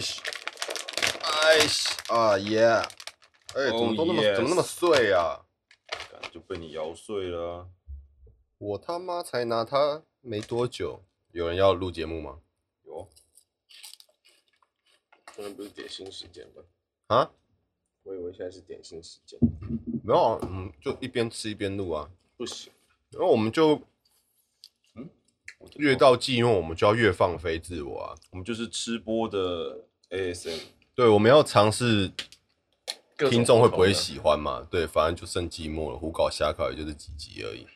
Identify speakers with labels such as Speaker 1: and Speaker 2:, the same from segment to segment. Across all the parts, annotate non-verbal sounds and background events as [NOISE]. Speaker 1: 西，哎西啊耶！哎，怎么都那么
Speaker 2: Oh, yes.
Speaker 1: 怎么那么碎啊呀、
Speaker 2: 干就被你摇碎了啊。
Speaker 1: 我他妈才拿它没多久，有人要录节目吗？
Speaker 2: 有，
Speaker 3: 现在不是点心时间吗？
Speaker 1: 啊，
Speaker 3: 我以为现在是点心时间，
Speaker 1: 没有啊，嗯，就一边吃一边录啊。
Speaker 3: 不行，
Speaker 1: 然后我们就
Speaker 2: 我的
Speaker 1: 越
Speaker 2: 妈
Speaker 1: 到季，因为我们就要越放飞自我啊。
Speaker 2: 我们就是吃播的 ASM，
Speaker 1: 对，我们要尝试
Speaker 3: 各种
Speaker 1: 听众会不
Speaker 3: 不同
Speaker 1: 会
Speaker 3: 的
Speaker 1: 喜欢嘛？对，反正就剩寂寞了，胡搞瞎搞也就是几集而已，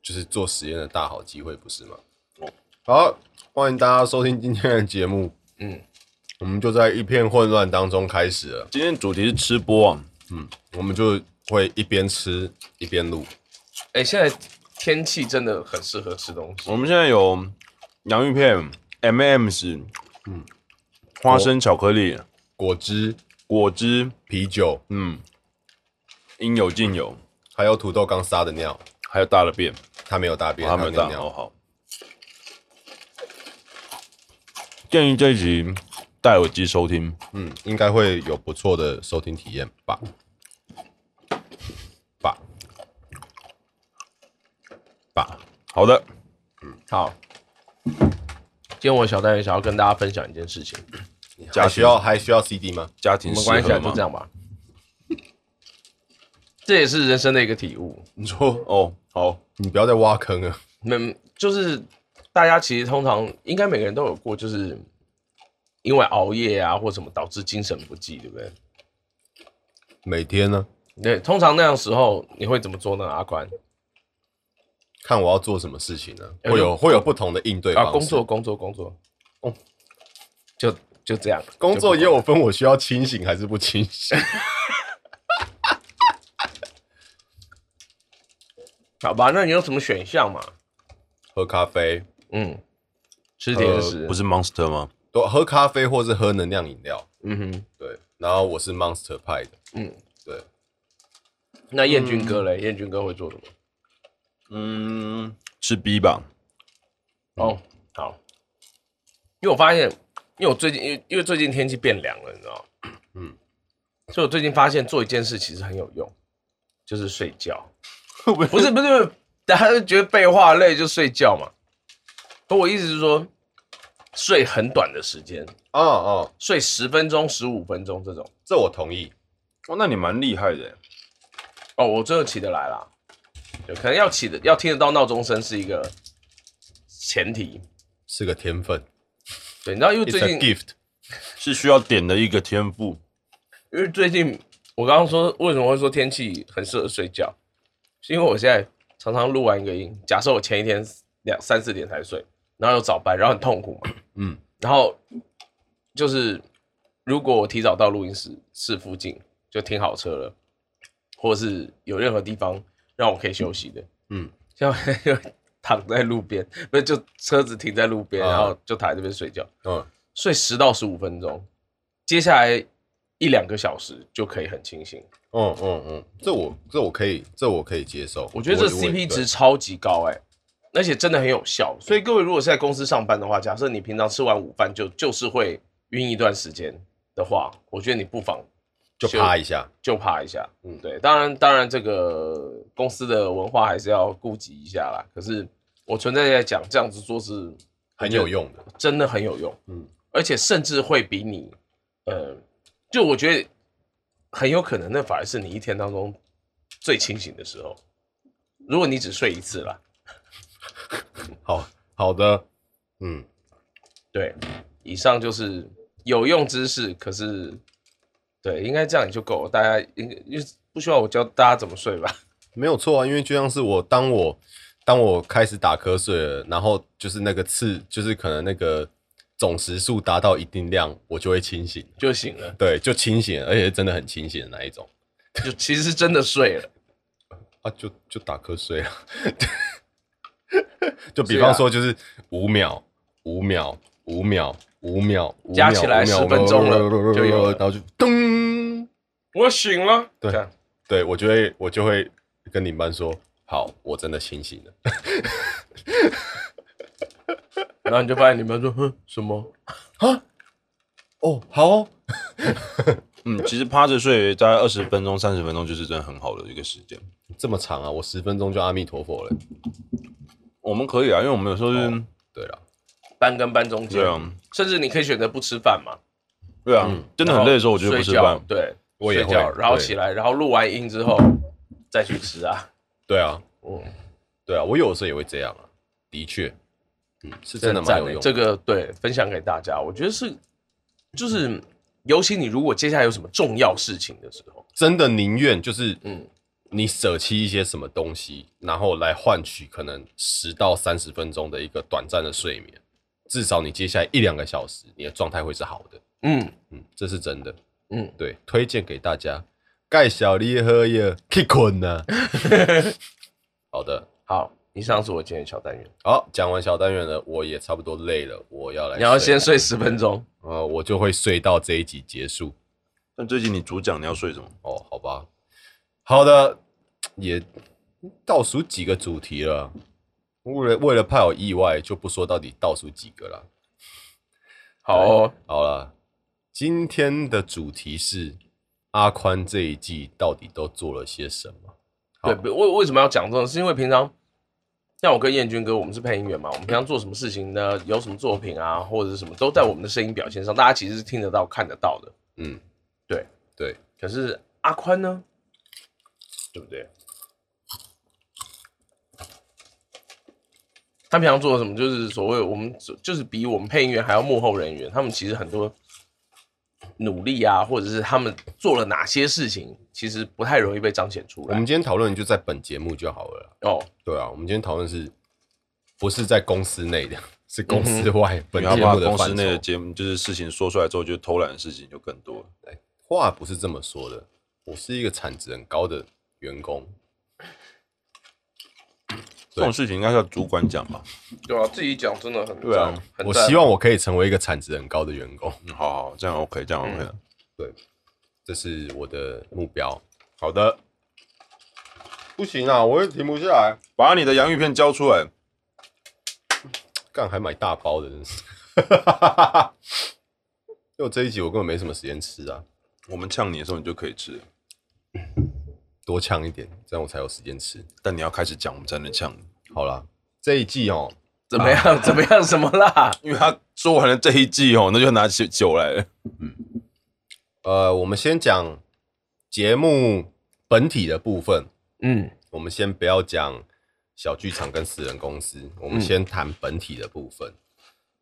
Speaker 1: 就是做实验的大好机会，不是吗？
Speaker 2: 哦
Speaker 1: 好，欢迎大家收听今天的节目。嗯
Speaker 3: 嗯，
Speaker 1: 我们就在一片混乱当中开始了。
Speaker 2: 今天主题是吃播啊。
Speaker 1: 我们就会一边吃一边录。
Speaker 3: 哎、现在天气真的很适合吃东西。
Speaker 2: 我们现在有洋芋片、M&M's，嗯，花生巧克力、
Speaker 1: 果汁、
Speaker 2: 果汁，
Speaker 1: 啤酒，
Speaker 2: 嗯，应有尽有，
Speaker 1: 还有土豆刚撒的尿，
Speaker 2: 还有大的便，
Speaker 1: 他没有大便，
Speaker 2: 我还
Speaker 1: 它
Speaker 2: 没有
Speaker 1: 尿
Speaker 2: 大，哦
Speaker 1: 尿
Speaker 2: 好好。建议这一集戴耳机收听，
Speaker 1: 嗯，应该会有不错的收听体验吧。吧吧，
Speaker 2: 好的，
Speaker 3: 好，今天我小戴也想要跟大家分享一件事情，
Speaker 1: 还需要还需要 CD 吗？ [LAUGHS]
Speaker 2: 家
Speaker 3: 我
Speaker 2: 庭
Speaker 3: 们
Speaker 2: 适
Speaker 3: 关系啊
Speaker 2: 合
Speaker 3: 就
Speaker 2: 吗
Speaker 3: 这？样吧。这也是人生的一个体悟，
Speaker 1: 你说
Speaker 2: 哦，好，
Speaker 1: 你不要再挖坑了。
Speaker 3: 嗯，就是大家其实通常应该每个人都有过，就是因为熬夜啊或什么导致精神不济，对不对？
Speaker 1: 每天呢，
Speaker 3: 对，通常那样时候你会怎么做呢？阿宽
Speaker 1: 看我要做什么事情呢，
Speaker 3: 哎呦
Speaker 1: 会有会有不同的应对方式。
Speaker 3: 啊，工作工作工作，
Speaker 1: 哦
Speaker 3: 哦，就就这样，
Speaker 1: 工
Speaker 3: 就不
Speaker 1: 作
Speaker 3: 管
Speaker 1: 也有分，我需要清醒还是不清醒？
Speaker 3: 好吧？那你有什么选项嘛？
Speaker 1: 喝咖啡，
Speaker 3: 嗯，吃甜食，
Speaker 2: 不是 Monster 吗？
Speaker 1: 多喝咖啡或是喝能量饮料。
Speaker 3: 嗯哼，
Speaker 1: 对，然后我是 Monster 派的，
Speaker 3: 嗯，
Speaker 1: 对，
Speaker 3: 那燕军哥嘞？燕军哥会做什么？
Speaker 2: 嗯，是 B 吧？
Speaker 3: 哦，好，因为我发现，因为我最近，因为因为最近天气变凉了，你知道吗？
Speaker 1: 嗯
Speaker 3: 嗯，所以我最近发现做一件事其实很有用，就是睡觉。不是不是不是，大家就觉得背话累就睡觉嘛。可我意思是说，睡很短的时间，
Speaker 1: 哦哦，
Speaker 3: 睡十分钟、十五分钟这种。
Speaker 1: 这我同意。
Speaker 2: 哦，那你蛮厉害的，
Speaker 3: 哦，我真的起得来啦。对，可能要起的要听得到闹钟声是一个前提。
Speaker 1: 是个天分
Speaker 3: 对，你知道，因为
Speaker 1: ，It's
Speaker 3: 最
Speaker 1: a
Speaker 3: 近
Speaker 1: gift。
Speaker 2: 是需要点的一个天赋。
Speaker 3: 因为最近我刚刚说为什么会说天气很适合睡觉，是因为我现在常常录完一个音，假设我前一天两三四点才睡，然后又早班，然后很痛苦嘛，
Speaker 1: 嗯
Speaker 3: [CLEARS THROAT] 嗯，然后就是如果我提早到录音室室附近就停好车了，或者是有任何地方让我可以休息的，
Speaker 1: 嗯
Speaker 3: 嗯，像我就躺在路边，不是就车子停在路边，
Speaker 1: 啊
Speaker 3: 然后就躺在这边睡觉，
Speaker 1: 嗯，
Speaker 3: 睡十到十五分钟，接下来一两个小时就可以很清醒。
Speaker 1: 嗯嗯嗯，这我这我可以，这我可以接受。
Speaker 3: 我觉得这
Speaker 1: 也
Speaker 3: CP 值
Speaker 1: 对
Speaker 3: 超级高哎、而且真的很有效。所以各位如果是在公司上班的话，假设你平常吃完午饭就就是会晕一段时间的话，我觉得你不妨
Speaker 1: 就趴一下，
Speaker 3: 就趴一下。
Speaker 1: 嗯
Speaker 3: 嗯，对，当然当然这个公司的文化还是要顾及一下啦。可是我存在在讲这样子做是
Speaker 1: 很有用的。
Speaker 3: 真的很有用，
Speaker 1: 嗯
Speaker 3: 嗯，而且甚至会比你，呃，就我觉得很有可能那反而是你一天当中最清醒的时候。如果你只睡一次啦，
Speaker 1: 好好的，嗯，
Speaker 3: 对，以上就是有用知识，可是对，应该这样也就够了。大家应该因为不需要我教大家怎么睡吧？ [LAUGHS]
Speaker 1: 没有错啊，因为就像是我当我当我开始打瞌睡了，然后就是那个次，就是可能那个总时数达到一定量，我就会清醒。
Speaker 3: 就醒了，
Speaker 1: 对，就清醒了，而且是真的很清醒的那一种。
Speaker 3: 就其实是真的睡了。
Speaker 1: 啊，就就打瞌睡啊， [LAUGHS] 就比方说
Speaker 3: 啊
Speaker 1: 就是五秒、五秒、五秒、五秒，五秒
Speaker 3: 加起来
Speaker 1: 五秒
Speaker 3: 10分钟了
Speaker 1: 然后
Speaker 3: 就有了
Speaker 1: 然后就咚，
Speaker 3: 我醒了，
Speaker 1: 对
Speaker 3: 这样
Speaker 1: 对我就会我就会跟领班说，好，我真的清醒了，
Speaker 3: 然后你就发现你们说，哼，什么？
Speaker 1: 哦，好哦，
Speaker 2: 嗯，其实趴着睡大概二十分钟、三十分钟就是真的很好的一个时间。
Speaker 1: 这么长啊，我十分钟就阿弥陀佛了。
Speaker 2: 我们可以啊，因为我们有时候是，
Speaker 1: 对啊了，
Speaker 3: 班跟班中间
Speaker 2: 对，啊，
Speaker 3: 甚至你可以选择不吃饭嘛。
Speaker 2: 对啊
Speaker 1: 嗯，
Speaker 2: 真的很累的时候，我觉得不吃
Speaker 3: 然后
Speaker 2: 饭
Speaker 3: 睡觉，对，
Speaker 1: 我也
Speaker 3: 睡觉，
Speaker 1: 会
Speaker 3: 然后
Speaker 1: 对
Speaker 3: 起来，然后录完音之后再去吃啊。
Speaker 1: 对啊，
Speaker 3: 嗯，
Speaker 1: 对啊，我有的时候也会这样啊，的确，嗯，是真的
Speaker 3: 很
Speaker 1: 蛮
Speaker 3: 赞
Speaker 1: 有
Speaker 3: 欸
Speaker 1: 用的。
Speaker 3: 这个对，分享给大家，我觉得是，就是尤其你如果接下来有什么重要事情的时候，
Speaker 1: 真的宁愿就是，
Speaker 3: 嗯
Speaker 1: 嗯，你舍弃一些什么东西，然后来换取可能十到三十分钟的一个短暂的睡眠，至少你接下来一两个小时你的状态会是好的，
Speaker 3: 嗯
Speaker 1: 嗯，这是真的，
Speaker 3: 嗯，
Speaker 1: 对，推荐给大家。盖小丽喝耶，去困 [LAUGHS] 呢。好的，
Speaker 3: 好，以上是我今天的小单元，
Speaker 1: 好，讲完小单元了，我也差不多累了，我要来。
Speaker 3: 你要先，睡十分钟，
Speaker 1: 呃，我就会睡到这一集结束。
Speaker 2: 但最近你主讲你要睡什么？
Speaker 1: 哦，好吧，好的，也倒数几个主题了。为了为了怕有意外，就不说到底倒数几个了。
Speaker 3: 好哦，
Speaker 1: 好了，今天的主题是阿宽这一季到底都做了些什么？好
Speaker 3: 对，不为为什么要讲这种？是因为平常像我跟彦君哥，我们是配音员嘛，我们平常做什么事情呢？有什么作品啊，或者是什么，都在我们的声音表现上，大家其实是听得到、看得到的。
Speaker 1: 嗯，
Speaker 3: 对
Speaker 1: 对，
Speaker 3: 可是阿宽呢，对不对？他平常做什么？就是所谓我们就是比我们配音员还要幕后人员，他们其实很多努力啊，或者是他们做了哪些事情，其实不太容易被彰显出
Speaker 1: 我
Speaker 3: 来
Speaker 1: 们。今天讨论就在本节目就好了啦。
Speaker 3: 哦，
Speaker 1: 对啊，我们今天讨论是不是在公司内的，是公司外、本
Speaker 2: 嗯你要
Speaker 1: 节
Speaker 2: 把
Speaker 1: 目的
Speaker 2: 公司
Speaker 1: 范
Speaker 2: 内的
Speaker 1: 畴。
Speaker 2: 节目就是事情说出来之后，就偷懒的事情就更多了。
Speaker 1: 话不是这么说的，我是一个产值很高的员工，
Speaker 2: 这种事情应该叫主管讲吧？
Speaker 3: 对啊，自己讲真的很
Speaker 2: 对啊赞
Speaker 1: 我希望我可以成为一个产值很高的员工，
Speaker 2: 嗯，好好，这样 OK，这样 OK 了。
Speaker 1: 这是我的目标。好的，不行啊，我也停不下来，
Speaker 2: 把你的洋芋片交出来。
Speaker 1: 干还买大包的，真是。 [LAUGHS] 因为我这一集我根本没什么时间吃啊，
Speaker 2: 我们呛你的时候，你就可以吃了，
Speaker 1: 多呛一点，这样我才有时间吃。
Speaker 2: 但你要开始讲，我们才能呛你。
Speaker 1: 好啦，这一季哦，
Speaker 3: [LAUGHS] 怎么样？怎么样？什么啦？
Speaker 2: 因为他说完了这一季哦，那就拿起酒来了。
Speaker 1: 呃，我们先讲节目本体的部分，
Speaker 3: 嗯， [LAUGHS]
Speaker 1: 我们先不要讲小剧场跟私人公司，我们先谈本体的部分。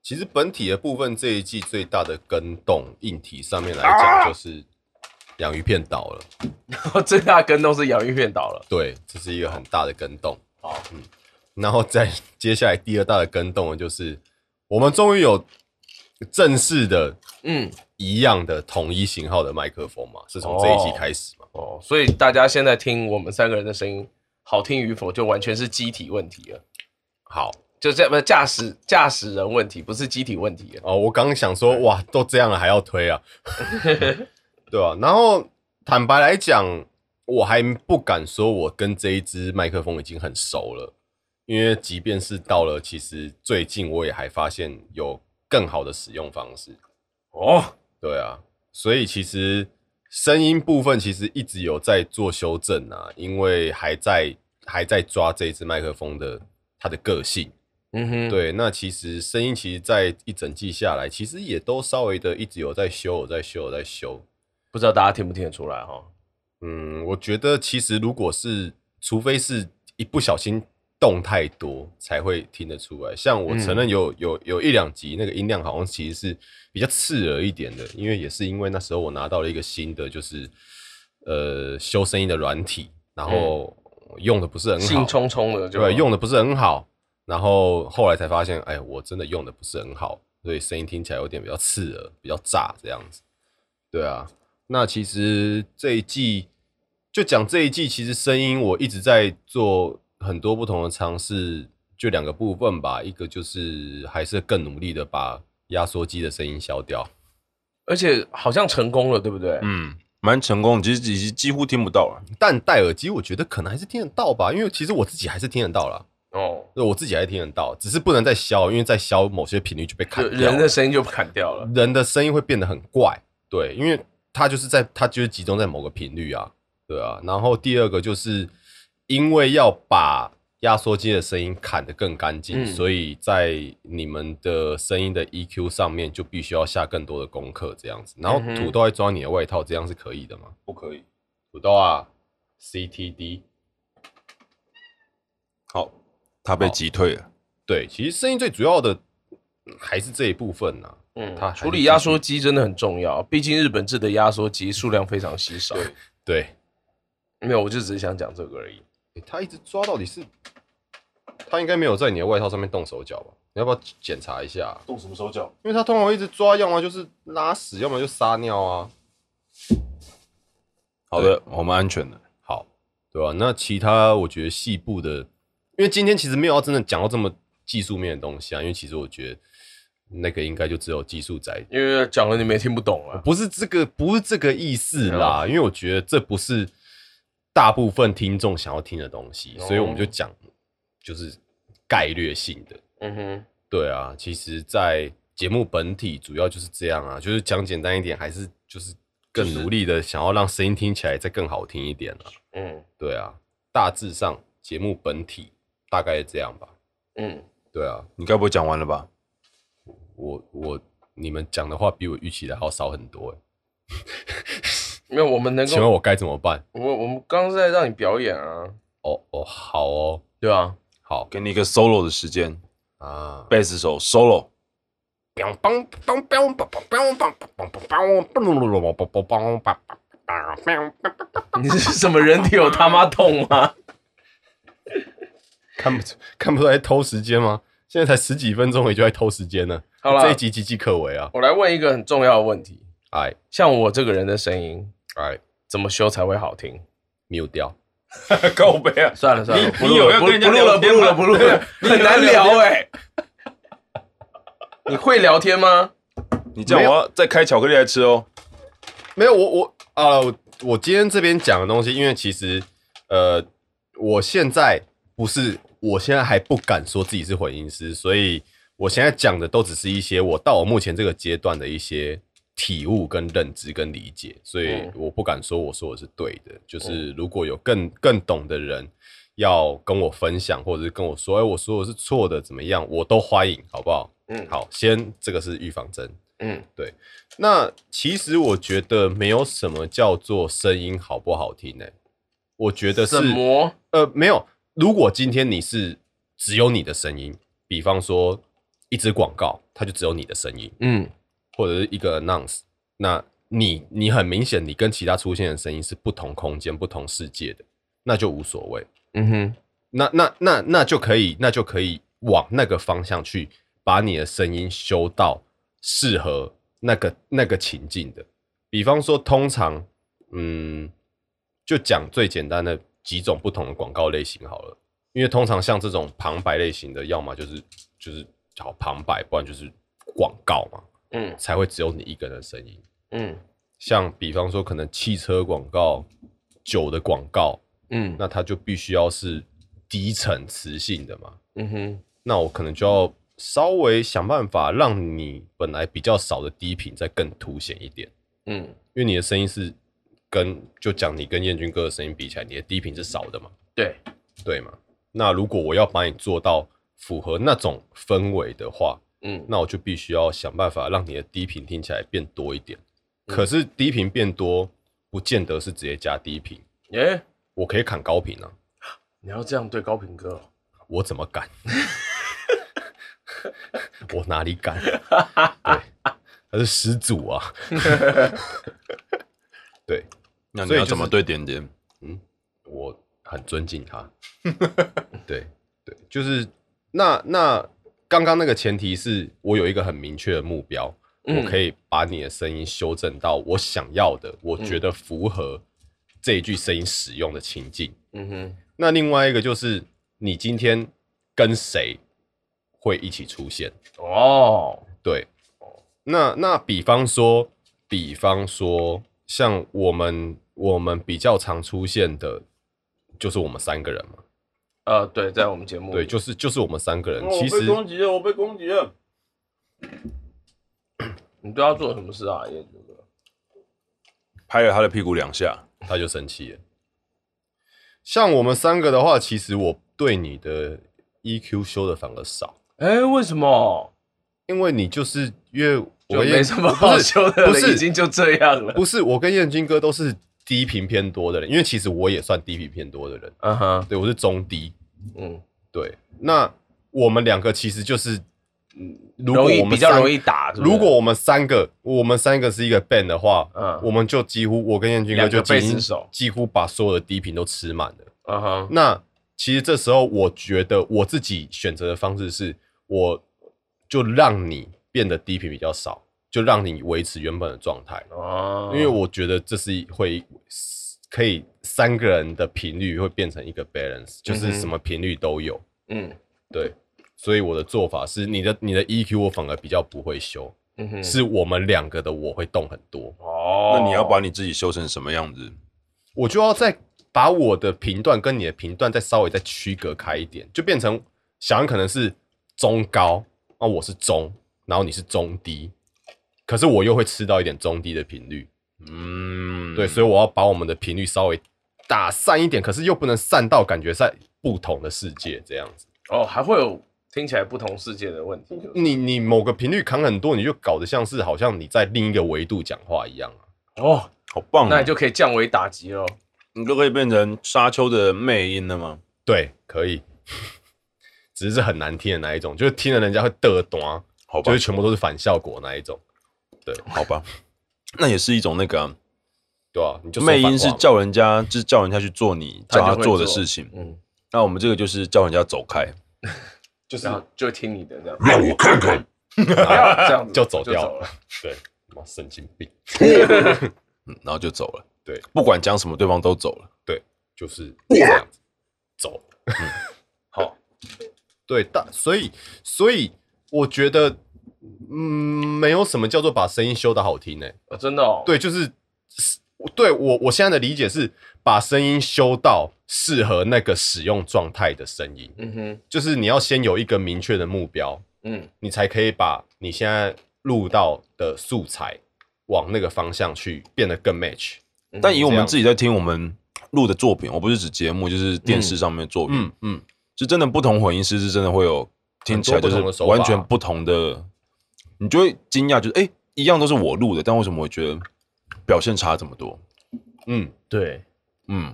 Speaker 1: 其实本体的部分这一季最大的跟动，硬体上面来讲就是洋芋片倒了，
Speaker 3: 最大跟都是洋芋片倒了。
Speaker 1: 对，这是一个很大的跟动。
Speaker 3: 好，
Speaker 1: 嗯然后再接下来第二大的跟动呢，就是我们终于有正式的
Speaker 3: 嗯，
Speaker 1: 一样的统一型号的麦克风嘛，是从这一季
Speaker 3: 哦
Speaker 1: 开始嘛。
Speaker 3: 哦，所以大家现在听我们三个人的声音好听与否，就完全是机体问题了，
Speaker 1: 好，
Speaker 3: 就这不是驾驶驾驶人问题，不是机体问题了。
Speaker 1: 哦，我刚想说，哇，都这样了还要推啊，对啊，然后坦白来讲，我还不敢说我跟这一支麦克风已经很熟了，因为即便是到了，其实最近我也还发现有更好的使用方式。
Speaker 3: 哦，
Speaker 1: 对啊，所以其实声音部分其实一直有在做修正啊，因为还在还在抓这一支麦克风的它的个性。
Speaker 3: 嗯哼，，
Speaker 1: 对，那其实声音其实，在一整季下来，其实也都稍微的一直有在修，有在修，有在修。
Speaker 3: 不知道大家听不听得出来哈、
Speaker 1: 嗯，我觉得其实如果是，除非是一不小心动太多，才会听得出来。像我承认有、有有一两集那个音量好像其实是比较刺耳一点的，因为也是因为那时候我拿到了一个新的就是呃修声音的软体，然后用的不是很好，
Speaker 3: 兴冲冲的就
Speaker 1: 对，用的不是很好，然后后来才发现，哎，我真的用的不是很好，所以声音听起来有点比较刺耳，比较炸这样子。对啊，那其实这一季就讲这一季，其实声音我一直在做很多不同的尝试，就两个部分吧，一个就是还是更努力的把压缩机的声音消掉，
Speaker 3: 而且好像成功了，对不对？
Speaker 2: 嗯，蛮成功，其实已经几乎听不到了。
Speaker 1: 但戴耳机我觉得可能还是听得到吧，因为其实我自己还是听得到啦。
Speaker 3: 哦，
Speaker 1: 那我自己还听得到，只是不能再消，因为再消某些频率就被砍
Speaker 3: 就
Speaker 1: 掉嗯了
Speaker 3: 人的声音就砍掉了。
Speaker 1: 人的声音会变得很怪，对，因为它就是在它就是集中在某个频率啊，对啊。然后第二个就是因为要把压缩机的声音砍得更干净，
Speaker 3: 嗯
Speaker 1: 所以在你们的声音的 EQ 上面就必须要下更多的功课这样子。然后
Speaker 3: 嗯哼
Speaker 1: 土豆会装你的外套，这样是可以的吗？
Speaker 2: 不可以。
Speaker 1: 土豆啊，CTD，
Speaker 2: 好，他被击退了。
Speaker 1: 对，其实声音最主要的嗯还是这一部分啊呐、
Speaker 3: 嗯
Speaker 1: 它，还是
Speaker 3: 处理压缩机真的很重要，毕竟日本制的压缩机数量非常稀少。
Speaker 1: 对，
Speaker 3: 没有，我就只是想讲这个而已。
Speaker 1: 欸他一直抓到底是，他应该没有在你的外套上面动手脚吧？你要不要检查一下？啊
Speaker 2: 动什么手脚？
Speaker 1: 因为他通常会一直抓，要么就是拉屎，要么就撒尿啊。
Speaker 2: 好的，我们安全了。
Speaker 1: 好，对吧、那其他我觉得细部的，因为今天其实没有要真的讲到这么技术面的东西啊，因为其实我觉得那个应该就只有技术宅
Speaker 3: 因为讲了你们也听不懂啊。
Speaker 1: 不是这个，不是这个意思啦，因为我觉得这不是大部分听众想要听的东西，
Speaker 2: 哦
Speaker 1: 所以我们就讲就是概略性的。
Speaker 3: 嗯哼，
Speaker 1: 对啊，其实，在节目本体主要就是这样啊，就是讲简单一点，还是就是更努力的想要让声音听起来再更好听一点啊。
Speaker 3: 嗯
Speaker 1: 对啊，大致上节目本体大概这样吧。
Speaker 3: 嗯，
Speaker 1: 对啊，
Speaker 2: 你该不会讲完了吧？
Speaker 1: 我我你们讲的话比我预期的还要少很多、欸，
Speaker 3: 没有，我们能
Speaker 1: 请问
Speaker 3: 够，
Speaker 1: 我该怎么办？
Speaker 3: 我我们刚刚是在让你表演啊，
Speaker 1: 哦哦，好哦，
Speaker 3: 对啊，
Speaker 1: 好
Speaker 2: 给你一个 solo 的时间，
Speaker 1: 啊，
Speaker 2: 贝斯手 solo。
Speaker 3: 你是什么人体有他妈痛吗？ [LAUGHS]
Speaker 1: 看不出 [LAUGHS] 看不出来偷时间吗？现在才十几分钟，也就在偷时间呢。
Speaker 3: 好啦
Speaker 1: 这一集岌岌可危啊！
Speaker 3: 我来问一个很重要的问题，
Speaker 1: 哎
Speaker 3: 像我这个人的声音
Speaker 1: 哎，
Speaker 3: 怎么修才会好听？
Speaker 1: mute 掉，
Speaker 2: 告白啊！
Speaker 3: 算了算了，
Speaker 2: 你
Speaker 3: 不
Speaker 2: 你
Speaker 3: 录
Speaker 2: 有
Speaker 3: 了
Speaker 2: 要
Speaker 3: 不
Speaker 2: 跟人家
Speaker 3: 不录了
Speaker 2: 聊
Speaker 3: 不
Speaker 2: 天
Speaker 3: 录了
Speaker 2: 吗
Speaker 3: 不录了，
Speaker 2: 你
Speaker 3: [LAUGHS] 很
Speaker 2: 有
Speaker 3: 难
Speaker 2: 要聊
Speaker 3: 聊哎。你会聊天 [LAUGHS] 吗？
Speaker 2: 你这样我要再开巧克力来吃哦。
Speaker 1: 没有我我啊、我我今天这边讲的东西，因为其实呃，我现在不是，我现在还不敢说自己是混音师，所以我现在讲的都只是一些我到我目前这个阶段的一些体悟、跟认知、跟理解，所以
Speaker 3: 嗯
Speaker 1: 我不敢说我说的是对的。就是如果有更更懂的人要跟我分享，或者是跟我说，哎、我说我是错的，怎么样，我都欢迎，好不好？
Speaker 3: 嗯
Speaker 1: 好，先这个是预防针。
Speaker 3: 嗯
Speaker 1: 那其实我觉得没有什么叫做声音好不好听呢、欸我觉得是
Speaker 3: 什么？
Speaker 1: 呃没有。如果今天你是只有你的声音，比方说一支广告，它就只有你的声音，
Speaker 3: 嗯
Speaker 1: 或者是一个 announce，那你你很明显你跟其他出现的声音是不同空间、不同世界的，那就无所谓。
Speaker 3: 嗯哼
Speaker 1: 那那那那就可以，那就可以往那个方向去，把你的声音修到适合那个那个情境的。比方说，通常，嗯，就讲最简单的几种不同的广告类型好了，因为通常像这种旁白类型的，要么就是就是好旁白，不然就是广告嘛，
Speaker 3: 嗯
Speaker 1: 才会只有你一个人的声音。
Speaker 3: 嗯
Speaker 1: 像比方说，可能汽车广告、酒的广告，
Speaker 3: 嗯
Speaker 1: 那它就必须要是低层磁性的嘛。
Speaker 3: 嗯哼
Speaker 1: 那我可能就要稍微想办法让你本来比较少的低频再更凸显一点，
Speaker 3: 嗯，
Speaker 1: 因为你的声音是跟就讲你跟燕军哥的声音比起来，你的低频是少的嘛，
Speaker 3: 对，
Speaker 1: 对吗？那如果我要把你做到符合那种氛围的话，
Speaker 3: 嗯
Speaker 1: 那我就必须要想办法让你的低频听起来变多一点。可是低频变多，不见得是直接加低频，
Speaker 3: 耶，
Speaker 1: 我可以砍高频啊。
Speaker 3: 你要这样对高平哥哦。
Speaker 1: 我怎么敢？我哪里敢？对，他是始祖啊。对
Speaker 2: 那你
Speaker 1: 所以
Speaker 2: 要
Speaker 1: 就是
Speaker 2: 怎么对点点？
Speaker 1: 我很尊敬他。对对，就是那那刚刚那个前提是我有一个很明确的目标，
Speaker 3: 嗯
Speaker 1: 我可以把你的声音修正到我想要的，我觉得符合这一句声音使用的情境。
Speaker 3: 嗯哼，
Speaker 1: 那另外一个就是你今天跟谁会一起出现？
Speaker 3: 哦，
Speaker 1: 对，那那比方说，比方说，像我们我们比较常出现的，就是我们三个人嘛。
Speaker 3: 呃，对，在我们节目
Speaker 1: 对，
Speaker 3: 里
Speaker 1: 就是就是我们三个人，
Speaker 2: 哦
Speaker 1: 其
Speaker 2: 我被
Speaker 1: 实
Speaker 2: 攻击了，我被攻击了。
Speaker 3: 你对他做了什么事啊？也觉得
Speaker 2: 拍了他的屁股两下，
Speaker 1: 他就生气了。像我们三个的话，其实我对你的 EQ 修的反而少，
Speaker 3: 哎，为什么？
Speaker 1: 因为你就是因为
Speaker 3: 就
Speaker 1: 我跟
Speaker 3: 没
Speaker 1: 燕
Speaker 3: 什么好
Speaker 1: 不是
Speaker 3: 修的
Speaker 1: 不
Speaker 3: 了，
Speaker 1: 是
Speaker 3: 已经就这样
Speaker 1: [LAUGHS]
Speaker 3: 了。
Speaker 1: 不是我跟燕京哥都是低频偏多的人，因为其实我也算低频偏多的人，
Speaker 3: 嗯哼，
Speaker 1: 对我是中低，
Speaker 3: 嗯，
Speaker 1: 对。那我们两个其实就是，嗯，如果
Speaker 3: 容易
Speaker 1: 我们
Speaker 3: 比较
Speaker 1: 三
Speaker 3: 容易打。是不是
Speaker 1: 如果我们三个，我们三个是一个 band 的话，
Speaker 3: 嗯
Speaker 1: 我们就几乎我跟燕军哥
Speaker 3: 两
Speaker 1: 就
Speaker 3: 个贝
Speaker 1: 几
Speaker 3: 斯
Speaker 1: 乎
Speaker 3: 手
Speaker 1: 几乎把所有的低频都吃满了。
Speaker 3: 嗯哼，
Speaker 1: 那其实这时候，我觉得我自己选择的方式是，我就让你变得低频比较少，就让你维持原本的状态，
Speaker 3: 哦，
Speaker 1: 因为我觉得这是会可以三个人的频率会变成一个 balance，就
Speaker 3: 嗯
Speaker 1: 是
Speaker 3: 哼
Speaker 1: 什么频率都有。
Speaker 3: 嗯
Speaker 1: 对，所以我的做法是，你的你的 EQ 我反而比较不会修。
Speaker 3: 嗯哼
Speaker 1: 是我们两个的我会动很多，
Speaker 3: 哦，
Speaker 2: 那你要把你自己修成什么样子？
Speaker 1: 我就要再把我的频段跟你的频段再稍微再区隔开一点，就变成小安可能是中高，啊我是中，然后你是中低，可是我又会吃到一点中低的频率，
Speaker 2: 嗯，
Speaker 1: 对，所以我要把我们的频率稍微打散一点，可是又不能散到感觉在不同的世界这样子。
Speaker 3: 哦，还会有听起来不同世界的问题，就是
Speaker 1: 你你某个频率扛很多，你就搞得像是好像你在另一个维度讲话一样啊。
Speaker 3: 哦，
Speaker 2: 好棒、哦！
Speaker 3: 那你就可以降维打击喽。
Speaker 2: 你就可以变成沙丘的魅音了吗？
Speaker 1: 对，可以， [LAUGHS] 只是很难听的那一种，就是听了人家会嘚端，
Speaker 2: 好吧
Speaker 1: 就是，全部都是反效果那一种，
Speaker 2: 好吧，那也是一种那个、啊、
Speaker 1: 对啊，你就说
Speaker 2: 魅音
Speaker 1: 反话
Speaker 2: 是
Speaker 1: 嘛
Speaker 2: 叫人家，就是叫人家去做你
Speaker 3: 他就
Speaker 2: 叫
Speaker 3: 会
Speaker 2: 他做的
Speaker 3: 做
Speaker 2: 事情。
Speaker 3: 嗯，
Speaker 2: 那我们这个就是叫人家走开，
Speaker 1: 就是
Speaker 3: 然后就听你的这样，
Speaker 2: 让我看看。
Speaker 3: 不要啊这 [LAUGHS] 样子
Speaker 1: [LAUGHS] 就走掉
Speaker 3: 了。
Speaker 1: 对，妈神经病，
Speaker 2: 嗯，然后就走了。
Speaker 1: 对，
Speaker 2: 不管讲什么，对方都走了。
Speaker 1: 就是这样子走。嗯
Speaker 3: 好，
Speaker 1: 对，但所以所以我觉得，嗯，没有什么叫做把声音修的好听呢、
Speaker 3: 哦真的哦，，
Speaker 1: 对，就是是对我我现在的理解是把声音修到适合那个使用状态的声音，
Speaker 3: 嗯哼，
Speaker 1: 就是你要先有一个明确的目标，
Speaker 3: 嗯
Speaker 1: 你才可以把你现在录到的素材往那个方向去变得更 match。
Speaker 3: 嗯
Speaker 2: 但以我
Speaker 1: 这
Speaker 2: 们
Speaker 1: 样
Speaker 2: 自己在听我们录的作品，我不是指节目，就是电视上面的作品，
Speaker 1: 嗯嗯，
Speaker 2: 是真的不同混音师是真的会有听起来就
Speaker 1: 很多不同的
Speaker 2: 是
Speaker 1: 手法
Speaker 2: 完全不同的，你就会惊讶，就是哎、诶一样都是我录的，但为什么我觉得表现差这么多？
Speaker 1: 嗯，
Speaker 3: 对，
Speaker 2: 嗯，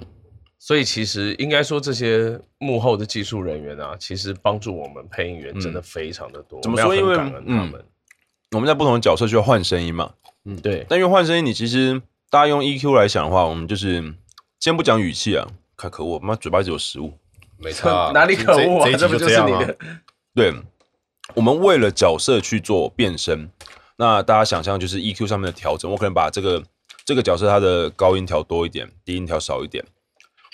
Speaker 3: 所以其实应该说这些幕后的技术人员啊，其实帮助我们配音员真的
Speaker 1: 嗯
Speaker 3: 非常的多，
Speaker 2: 怎么
Speaker 3: 我
Speaker 2: 说
Speaker 3: 们要很
Speaker 2: 因为
Speaker 3: 感恩他们，
Speaker 2: 我们在不同的角色需要换声音嘛，
Speaker 1: 嗯
Speaker 3: 对，，
Speaker 2: 但因为换声音，你其实大家用 EQ 来想的话，我们就是先不讲语气啊，看可恶，妈嘴巴一直有食物。
Speaker 1: 没错、啊
Speaker 3: [LAUGHS] 哪里可恶啊？
Speaker 1: 这
Speaker 3: 这
Speaker 1: 这一
Speaker 3: 不
Speaker 1: 集
Speaker 3: 就
Speaker 1: 这
Speaker 3: 是
Speaker 1: 样
Speaker 3: 你
Speaker 1: 啊
Speaker 3: 的？
Speaker 2: 对，我们为了角色去做变身，那大家想象就是 EQ 上面的调整，我可能把这个这个角色它的高音调多一点，低音调少一点，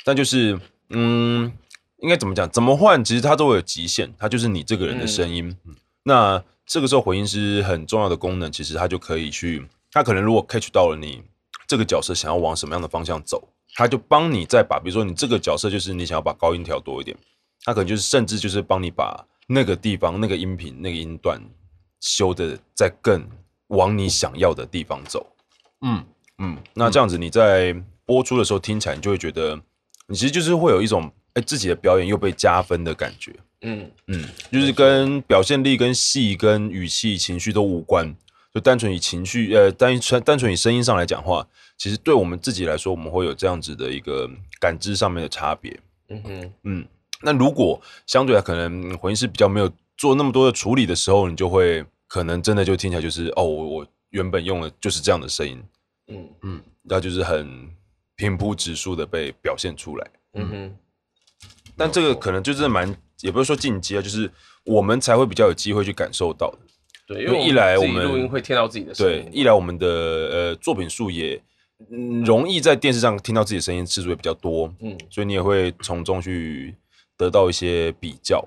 Speaker 2: 但就是嗯，应该怎么讲？怎么换？其实它都会有极限，它就是你这个人的声音。那这个时候回音师很重要的功能，其实它就可以去，它可能如果 catch 到了你这个角色想要往什么样的方向走，它就帮你再把，比如说你这个角色就是你想要把高音调多一点，它可能就是甚至就是帮你把那个地方那个音频那个音段修的再更往你想要的地方走。
Speaker 1: 嗯
Speaker 2: 嗯，那这样子你在播出的时候听起来，你就会觉得你其实就是会有一种哎、自己的表演又被加分的感觉。
Speaker 3: 嗯，
Speaker 2: 嗯，就是跟表现力、跟戏、跟语气、情绪都无关，就单纯以情绪，呃，单纯单纯以声音上来讲话，其实对我们自己来说，我们会有这样子的一个感知上面的差别。
Speaker 3: 嗯哼，
Speaker 2: 嗯，那如果相对来可能回音师比较没有做那么多的处理的时候，你就会可能真的就听起来就是哦，我我原本用的就是这样的声音，
Speaker 3: 嗯
Speaker 2: 那就是很平铺直述的被表现出来。
Speaker 3: 嗯哼，
Speaker 2: 但这个可能就是蛮，也不是说进阶啊，就是我们才会比较有机会去感受到的。
Speaker 3: 对，
Speaker 2: 因
Speaker 3: 因
Speaker 2: 为
Speaker 3: 为
Speaker 2: 一来
Speaker 3: 自
Speaker 2: 我
Speaker 3: 己
Speaker 2: 们
Speaker 3: 录音会听到自己的声
Speaker 2: 对
Speaker 3: 音，，
Speaker 2: 一来我们的呃作品数也、嗯、容易在电视上听到自己的声音次数也比较多，
Speaker 3: 嗯，
Speaker 2: 所以你也会从中去得到一些比较。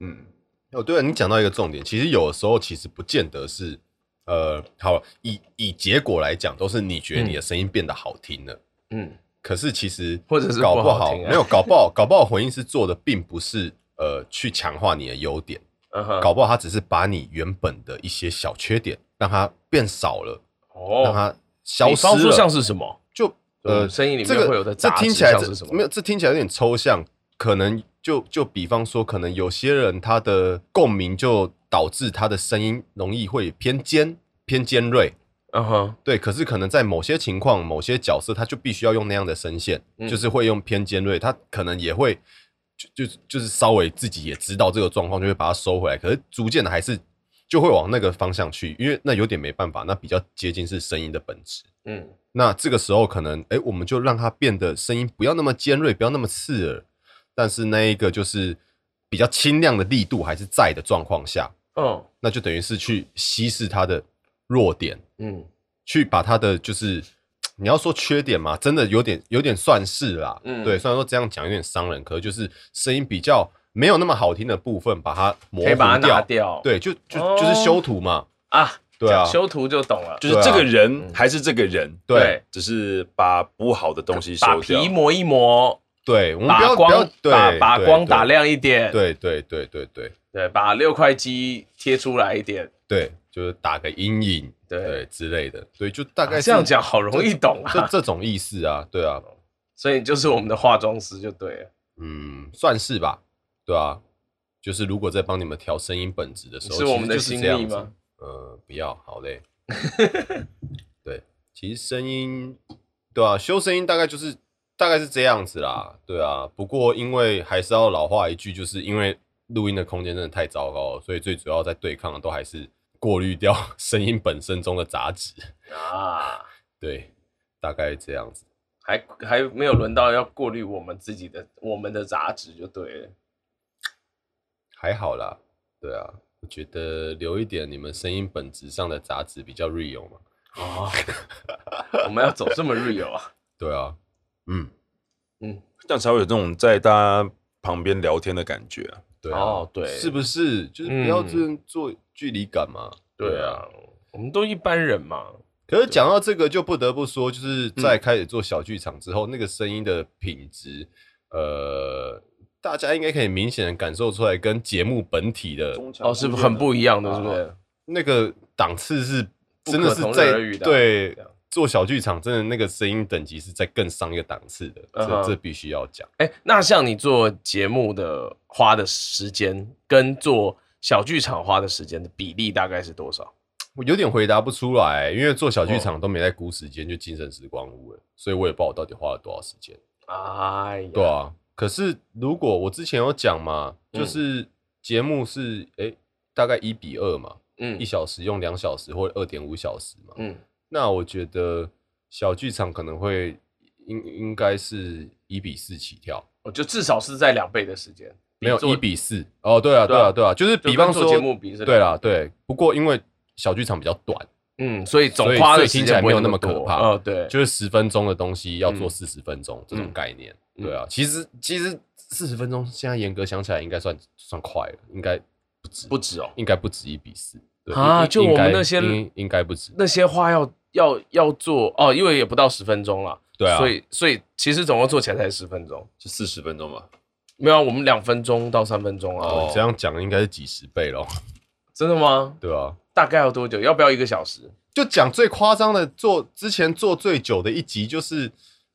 Speaker 2: 嗯，
Speaker 1: 哦，对了，你讲到一个重点，其实有的时候其实不见得是，呃，好，以以结果来讲，都是你觉得你的声音变得好听了，
Speaker 3: 嗯，
Speaker 1: 可是其实
Speaker 3: 或者是
Speaker 1: 搞
Speaker 3: 不好
Speaker 1: 好，
Speaker 3: 听啊
Speaker 1: 没有搞不好，搞不好混音师做的并不是呃去强化你的优点，
Speaker 3: 嗯哼，
Speaker 1: 搞不好他只是把你原本的一些小缺点让它变少了，让
Speaker 3: 哦，
Speaker 1: 它消
Speaker 3: 你
Speaker 1: 失
Speaker 3: 方说像
Speaker 1: 了。
Speaker 3: 是什么？
Speaker 1: 就呃，
Speaker 3: 声音里
Speaker 1: 这
Speaker 3: 面
Speaker 1: 个
Speaker 3: 会有的
Speaker 1: 这
Speaker 3: 杂
Speaker 1: 听
Speaker 3: 质
Speaker 1: 起来
Speaker 3: 像
Speaker 1: 这
Speaker 3: 是什
Speaker 1: 没
Speaker 3: 么？
Speaker 1: 有，这听起来有点抽象，可能就就比方说，可能有些人他的共鸣就导致他的声音容易会偏尖、偏尖锐。
Speaker 3: 嗯哼，
Speaker 1: 对，可是可能在某些情况、某些角色，他就必须要用那样的声线，
Speaker 3: 嗯
Speaker 1: 就是会用偏尖锐，他可能也会就就就是稍微自己也知道这个状况，就会把它收回来。可是逐渐的还是就会往那个方向去，因为那有点没办法，那比较接近是声音的本质。
Speaker 3: 嗯，
Speaker 1: 那这个时候可能，哎，我们就让它变得声音不要那么尖锐，不要那么刺耳，但是那一个就是比较清亮的力度还是在的状况下，
Speaker 3: 哦，
Speaker 1: 那就等于是去稀释它的弱点，
Speaker 3: 嗯
Speaker 1: 去把它的就是你要说缺点嘛，真的有点有点算是啦。
Speaker 3: 嗯
Speaker 1: 对，虽然说这样讲有点伤人，可是就是声音比较没有那么好听的部分，把它模
Speaker 3: 可以
Speaker 1: 糊
Speaker 3: 把它
Speaker 1: 掉。
Speaker 3: 拿掉。
Speaker 1: 对，就就、
Speaker 3: 哦
Speaker 1: 就是修图嘛。
Speaker 3: 啊，
Speaker 1: 对啊
Speaker 3: 讲，修图就懂了，
Speaker 2: 就是
Speaker 1: 对啊
Speaker 2: 这个人还是这个人，
Speaker 1: 对
Speaker 2: 只是把不好的东西
Speaker 3: 把
Speaker 2: 修掉
Speaker 3: 皮。磨一磨，
Speaker 1: 对，我们不
Speaker 3: 把
Speaker 1: 要不要
Speaker 3: 光
Speaker 1: 对
Speaker 3: 把把
Speaker 1: 对
Speaker 3: 光
Speaker 1: 对
Speaker 3: 打亮一点，
Speaker 1: 对对对对对
Speaker 3: 对，把六块肌贴出来一点。
Speaker 1: 对，就是打个阴影，
Speaker 3: 对
Speaker 1: 之类的，对，就大概
Speaker 3: 啊
Speaker 1: 是
Speaker 3: 这样讲好容易懂
Speaker 1: 这
Speaker 3: 啊，
Speaker 1: 这种意思啊，对啊，
Speaker 3: 所以你就是我们的化妆师就对了。
Speaker 1: 嗯，算是吧，对啊，就是如果在帮你们调声音本质的时候，
Speaker 3: 是我们的
Speaker 1: 其实
Speaker 3: 心
Speaker 1: 就是这样
Speaker 3: 力
Speaker 1: 子
Speaker 3: 吗？？
Speaker 1: 呃，不要，好
Speaker 3: [LAUGHS]
Speaker 1: 嘞。对，其实声音，对啊，修声音大概就是大概是这样子啦，对啊。不过因为还是要老话一句，就是因为录音的空间真的太糟糕了，所以最主要在对抗的都还是过滤掉 [LAUGHS] 声音本身中的杂质。
Speaker 3: 啊，
Speaker 1: 对，大概这样子。
Speaker 3: 还还没有轮到要过滤我们自己的我们的杂质就对了。
Speaker 1: 还好啦，对啊，我觉得留一点你们声音本质上的杂质比较 real 嘛。
Speaker 3: 哦， [LAUGHS] 我们要走这么 real 啊？
Speaker 1: 对啊，嗯，
Speaker 3: 嗯，
Speaker 2: 这样才会有那种在大家旁边聊天的感觉啊。
Speaker 1: 对啊，
Speaker 3: 哦对
Speaker 1: 是不是？就是不要
Speaker 3: 嗯
Speaker 1: 这样做距离感嘛。
Speaker 3: 对啊，我们都一般人嘛。
Speaker 1: 可是讲到这个，就不得不说，就是
Speaker 3: 嗯
Speaker 1: 在开始做小剧场之后，那个声音的品质，呃，大家应该可以明显的感受出来，跟节目本体的
Speaker 3: 哦，是不很不一样的，
Speaker 1: 啊
Speaker 3: 是不是？
Speaker 1: 那个档次是
Speaker 3: 不
Speaker 1: 真的
Speaker 3: 可
Speaker 1: 是
Speaker 3: 同日
Speaker 1: 在
Speaker 3: 而语的啊
Speaker 1: 对
Speaker 3: 这样
Speaker 1: 做小剧场，真的那个声音等级是在更上一个档次的，
Speaker 3: 嗯哼
Speaker 1: 这这必须要讲。
Speaker 3: 哎、那像你做节目的花的时间跟做小剧场花的时间的比例大概是多少？
Speaker 1: 我有点回答不出来，因为做小
Speaker 3: 嗯
Speaker 1: 剧场都没在估时间，就精神时光屋了，所以我也不知道我到底花了多少时间。
Speaker 3: 哎呀，
Speaker 1: 对啊，可是如果我之前有讲嘛，
Speaker 3: 嗯
Speaker 1: 就是节目是诶、大概一比二嘛，一
Speaker 3: 嗯
Speaker 1: 小时用两小时或二点五小时嘛。
Speaker 3: 嗯，
Speaker 1: 那我觉得小剧场可能会应应该是一比四起跳，
Speaker 3: 我哦就至少是在两倍的时间，
Speaker 1: 没有
Speaker 3: 比做
Speaker 1: 一比四。哦，对啊，
Speaker 3: 对
Speaker 1: 对
Speaker 3: 啊
Speaker 1: 啊，对啊，就是
Speaker 3: 就
Speaker 1: 比方
Speaker 3: 跟
Speaker 1: 说
Speaker 3: 做节目比是
Speaker 1: 对
Speaker 3: 了，
Speaker 1: 啦，对。不过因为小剧场比较短，
Speaker 3: 嗯，所以总
Speaker 1: 所以
Speaker 3: 花
Speaker 1: 所
Speaker 3: 的
Speaker 1: 以
Speaker 3: 时
Speaker 1: 听起来
Speaker 3: 间不会
Speaker 1: 没有那么
Speaker 3: 多
Speaker 1: 可怕
Speaker 3: 哦，对，
Speaker 1: 就是十分钟的东西要做
Speaker 3: 嗯
Speaker 1: 四十分钟、这种
Speaker 3: 嗯
Speaker 1: 概念。
Speaker 3: 嗯
Speaker 1: 对啊，其实其实四十分钟现在严格想起来应该算算快了，应该不止
Speaker 3: 不止哦，
Speaker 1: 应该不止一比四对
Speaker 3: 啊
Speaker 1: 应
Speaker 3: 就我们
Speaker 1: 应该
Speaker 3: 那些
Speaker 1: 应应该不止，
Speaker 3: 那些花要要要做哦，因为也不到十分钟了，
Speaker 1: 对啊，
Speaker 3: 所以所以其实总共做起来才十分钟，
Speaker 2: 就四十分钟吧。
Speaker 3: 没有啊，我们两分钟到三分钟啊，
Speaker 1: 哦，这样讲应该是几十倍咯，
Speaker 3: 真的吗？
Speaker 1: 对啊，
Speaker 3: 大概要多久？要不要一个小时？
Speaker 1: 就讲最夸张的，做之前做最久的一集就是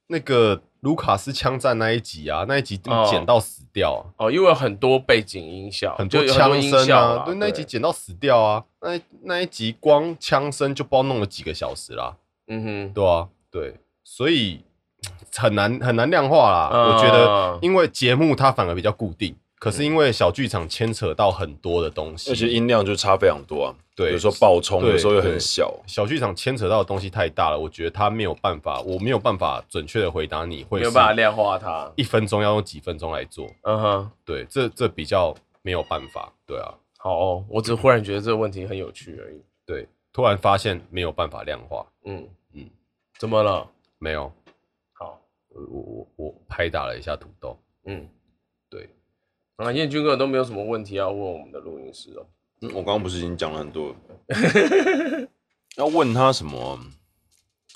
Speaker 1: 那个卢卡斯枪战那一集啊，那一集
Speaker 3: 哦
Speaker 1: 剪到死掉啊，
Speaker 3: 哦，因为有很多背景音效，
Speaker 1: 很
Speaker 3: 就
Speaker 1: 多
Speaker 3: 有
Speaker 1: 枪
Speaker 3: 音
Speaker 1: 声
Speaker 3: 效
Speaker 1: 啊
Speaker 3: 啦，
Speaker 1: 对，那一集，剪到死掉啊，那一那一集光枪声就不知道弄了几个小时啦，
Speaker 3: 嗯哼，
Speaker 1: 对啊，对，所以很难很难量化啦。
Speaker 3: 嗯
Speaker 1: 我觉得，因为节目它反而比较固定，可是因为小剧场牵扯到很多的东
Speaker 2: 而
Speaker 1: 西，
Speaker 2: 且音量就差非常多啊。
Speaker 1: 对
Speaker 2: 有时候爆冲，
Speaker 1: 对
Speaker 2: 有时候又很
Speaker 1: 对
Speaker 2: 小。
Speaker 1: 小剧场牵扯到的东西太大了，我觉得它没有办法，我没有办法准确的回答你会
Speaker 3: 没
Speaker 1: 是
Speaker 3: 有办法量化它。
Speaker 1: 一分钟要用几分钟来做，
Speaker 3: 嗯哼，
Speaker 1: 对，这这比较没有办法，对啊，
Speaker 3: 好哦、我只是忽然觉得这个问题很有趣而已。
Speaker 1: 对，突然发现没有办法量化，
Speaker 3: 嗯嗯
Speaker 1: 嗯，
Speaker 3: 怎么了？
Speaker 1: 没有，
Speaker 3: 好，
Speaker 1: 我我我我拍打了一下土豆，
Speaker 3: 嗯，
Speaker 1: 对，
Speaker 3: 啊，燕君哥都没有什么问题要问我们的录音师哦。
Speaker 2: [LAUGHS] 嗯我刚刚不是已经讲了很多了？要问他什么？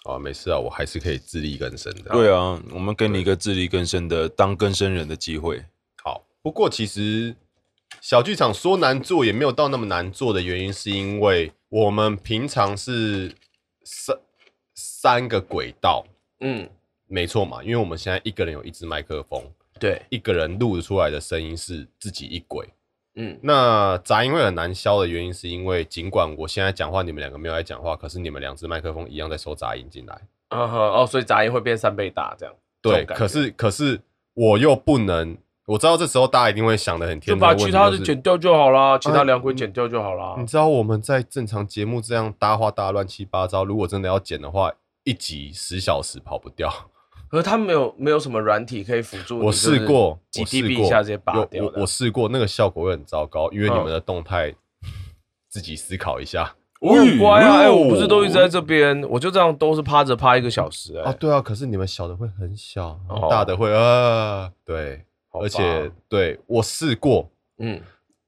Speaker 1: 啊，没事啊，我还是可以自力更生的。
Speaker 2: 对啊，我们给你一个自力更生的当更生人的机会。
Speaker 1: 好，不过其实小剧场说难做也没有到那么难做的原因，是因为我们平常是三三个轨道，
Speaker 3: 嗯，
Speaker 1: 没错嘛，因为我们现在一个人有一支麦克风，
Speaker 3: 对，
Speaker 1: 一个人录出来的声音是自己一轨。
Speaker 3: 嗯，
Speaker 1: 那杂音会很难消的原因，是因为尽管我现在讲话，你们两个没有在讲话，可是你们两只麦克风一样在收杂音进来。
Speaker 3: 啊哈，哦，所以杂音会变三倍大，这样。
Speaker 1: 对，
Speaker 3: 这种感觉
Speaker 1: 可是可是我又不能，我知道这时候大家一定会想的很
Speaker 3: 就
Speaker 1: 天真
Speaker 3: 把
Speaker 1: 问题、
Speaker 3: 其他的
Speaker 1: 是
Speaker 3: 剪掉就好啦，其他两轨
Speaker 1: 嗯
Speaker 3: 剪掉就好啦。
Speaker 1: 你知道我们在正常节目这样搭话搭得乱七八糟，如果真的要剪的话，一集十小时跑不掉。
Speaker 3: 可是它没有没有什么软体可以辅助你，
Speaker 1: 我
Speaker 3: 就是
Speaker 1: 试过，
Speaker 3: 几
Speaker 1: 我试
Speaker 3: dB
Speaker 1: 过
Speaker 3: 一下直接拔
Speaker 1: 有
Speaker 3: 掉
Speaker 1: 我
Speaker 3: 的
Speaker 1: 我试过，那个效果会很糟糕，因为你们
Speaker 3: 嗯
Speaker 1: 的动态、自己思考一下
Speaker 3: 我很乖啊，哎、我不是都一直在
Speaker 2: 哦
Speaker 3: 这边，我就这样都是趴着趴一个小时、哎、
Speaker 1: 啊。对啊，可是你们小的会很小，
Speaker 3: 哦
Speaker 1: 大的会啊，对，
Speaker 3: 好吧
Speaker 1: 而且对我试过，
Speaker 3: 嗯，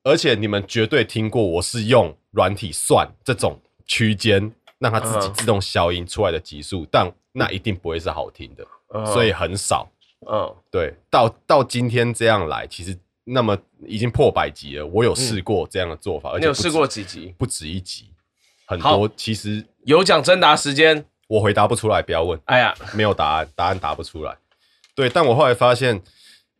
Speaker 1: 而且你们绝对听过，我是用软体算这种区间，让它自己
Speaker 3: 嗯
Speaker 1: 自动消音出来的级数，但那一定不会是好听的，
Speaker 3: 嗯
Speaker 1: 所以很少。
Speaker 3: 嗯，
Speaker 1: 对，到到今天这样来，其实那么已经破百集了。我有试过这样的做法，而
Speaker 3: 嗯你
Speaker 1: 且
Speaker 3: 有
Speaker 1: 不
Speaker 3: 试
Speaker 1: 止
Speaker 3: 过几集？
Speaker 1: 不止一集，很
Speaker 3: 好
Speaker 1: 多。其实
Speaker 3: 有奖征答时间，
Speaker 1: 我回答不出来，不要问，
Speaker 3: 哎呀，
Speaker 1: 没有答案，答案答不出来。对，但我后来发现，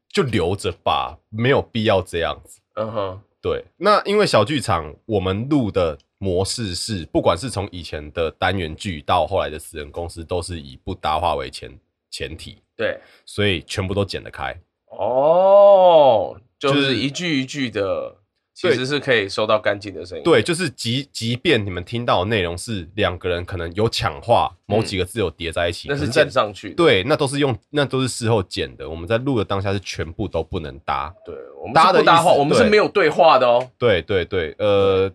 Speaker 1: 就留着吧，没有必要这样子。
Speaker 3: 嗯哼，
Speaker 1: 对，那因为小剧场我们录的模式是，不管是从以前的单元剧到后来的私人公司，都是以不搭话为前前提，
Speaker 3: 对，
Speaker 1: 所以全部都剪得开。
Speaker 3: 哦，就
Speaker 1: 就是
Speaker 3: 是一句一句的，其
Speaker 1: 对
Speaker 3: 实是可以收到干净的声音，
Speaker 1: 对，就是即即便你们听到的内容是两个人可能有抢话，某几个字有叠在一起，
Speaker 3: 那
Speaker 1: 可
Speaker 3: 是
Speaker 1: 在
Speaker 3: 剪上去的。
Speaker 1: 对，那都是用那都是事后剪的。我们在录的当下是全部都不能搭。
Speaker 3: 对，我们
Speaker 1: 搭
Speaker 3: 是
Speaker 1: 的
Speaker 3: 不搭
Speaker 1: 意思
Speaker 3: 话，我们是
Speaker 1: 对
Speaker 3: 没有对话的哦。
Speaker 1: 对对对，呃，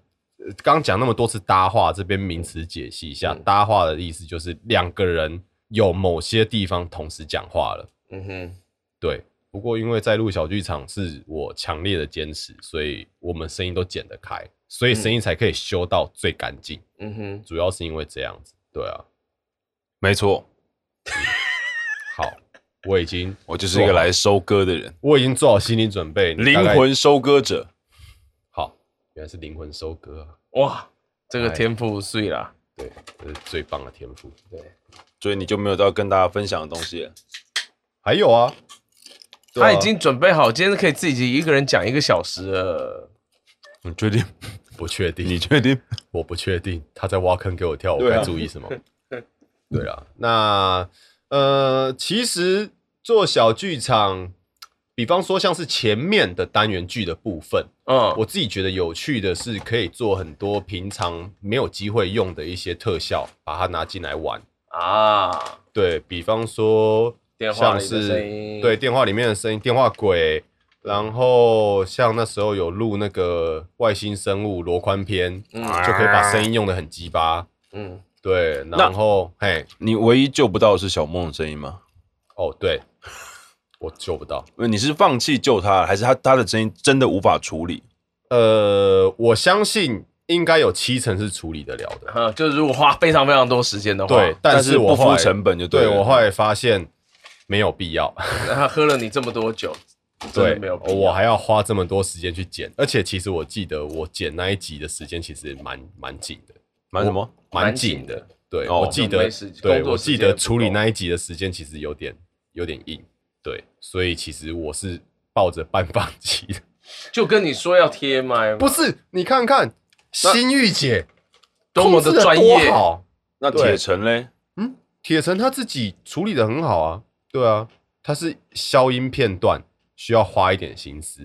Speaker 1: 刚讲那么多次搭话，这边名词解析一
Speaker 3: 嗯
Speaker 1: 下，搭话的意思就是两个人有某些地方同时讲话了。
Speaker 3: 嗯哼，
Speaker 1: 对，不过因为在录小剧场是我强烈的坚持，所以我们声音都剪得开，所以声音才可以修到最干净。
Speaker 3: 嗯哼，
Speaker 1: 主要是因为这样子。对啊，
Speaker 2: 没错，
Speaker 1: 好，我已经
Speaker 2: 我就是一个来收割的人，
Speaker 1: 我已经做好心理准备，你
Speaker 2: 灵
Speaker 1: 大概
Speaker 2: 魂收割者。
Speaker 1: 好，原来是灵魂收割啊，
Speaker 3: 哇，这个
Speaker 1: 哎
Speaker 3: 天赋碎啦。
Speaker 1: 对，这是最棒的天赋。
Speaker 3: 对，
Speaker 2: 所以你就没有要跟大家分享的东西了。
Speaker 1: 还有啊，对啊
Speaker 3: 他已经准备好，今天可以自己一个人讲一个小时了。
Speaker 2: 你确定？ [LAUGHS]
Speaker 1: 不确定，
Speaker 2: 你确定？
Speaker 1: 我不确定他在挖坑给我跳，我
Speaker 2: 对啊
Speaker 1: 该注意什么？对啊，那呃，其实做小剧场，比方说像是前面的单元剧的部分，
Speaker 3: 嗯，
Speaker 1: 我自己觉得有趣的是，可以做很多平常没有机会用的一些特效，把它拿进来玩。
Speaker 3: 啊，
Speaker 1: 对比方说，
Speaker 3: 电
Speaker 1: 像
Speaker 3: 话里的
Speaker 1: 是
Speaker 3: 声音，
Speaker 1: 对，电话里面的声音，电话鬼，然后像那时候有录那个外星生物罗宽篇，
Speaker 3: 嗯
Speaker 1: 啊就可以把声音用的很鸡巴。
Speaker 3: 嗯，
Speaker 1: 对，然后嘿，
Speaker 2: 你唯一救不到的是小梦的声音吗？
Speaker 1: 哦对，我救不到。
Speaker 2: 呃你是放弃救他，还是他他的声音真的无法处理？
Speaker 1: 呃，我相信应该有七成是处理得了的。
Speaker 3: 嗯，就是如果花非常非常多时间的话，
Speaker 1: 对，但是我
Speaker 2: 不
Speaker 1: 后
Speaker 2: 付
Speaker 1: 来
Speaker 2: 成本就
Speaker 1: 对
Speaker 2: 了
Speaker 1: 我后来发现没有必
Speaker 3: [LAUGHS]
Speaker 1: 要，
Speaker 3: 那他喝了你这么多酒，真
Speaker 1: 对
Speaker 3: 的没有，必
Speaker 1: 我
Speaker 3: 要。
Speaker 1: 还要花这么多时间去剪，而且其实我记得我剪那一集的时间其实蛮蛮紧的，
Speaker 2: 买什么？
Speaker 1: 蛮紧
Speaker 3: 蛮
Speaker 1: 的
Speaker 3: 紧。
Speaker 1: 对，
Speaker 2: 哦
Speaker 1: 我记
Speaker 3: 就
Speaker 1: 得
Speaker 3: 没时间，
Speaker 1: 对
Speaker 3: 工作
Speaker 1: 我
Speaker 3: 时
Speaker 1: 记
Speaker 3: 间
Speaker 1: 得
Speaker 3: 不
Speaker 1: 处理
Speaker 3: 够
Speaker 1: 那一集的时间其实有点有点硬，对，所以其实我是抱着半放弃的。 [LAUGHS]
Speaker 3: 就跟你说要贴麦嘛，
Speaker 1: 不是，你看看心玉姐
Speaker 3: 多么的
Speaker 1: 控制得
Speaker 3: 专业
Speaker 1: 多好，
Speaker 2: 那
Speaker 1: 对
Speaker 2: 铁城嘞？
Speaker 1: 嗯，铁城他自己处理的很好啊，对啊，他是消音片段需要花一点心思，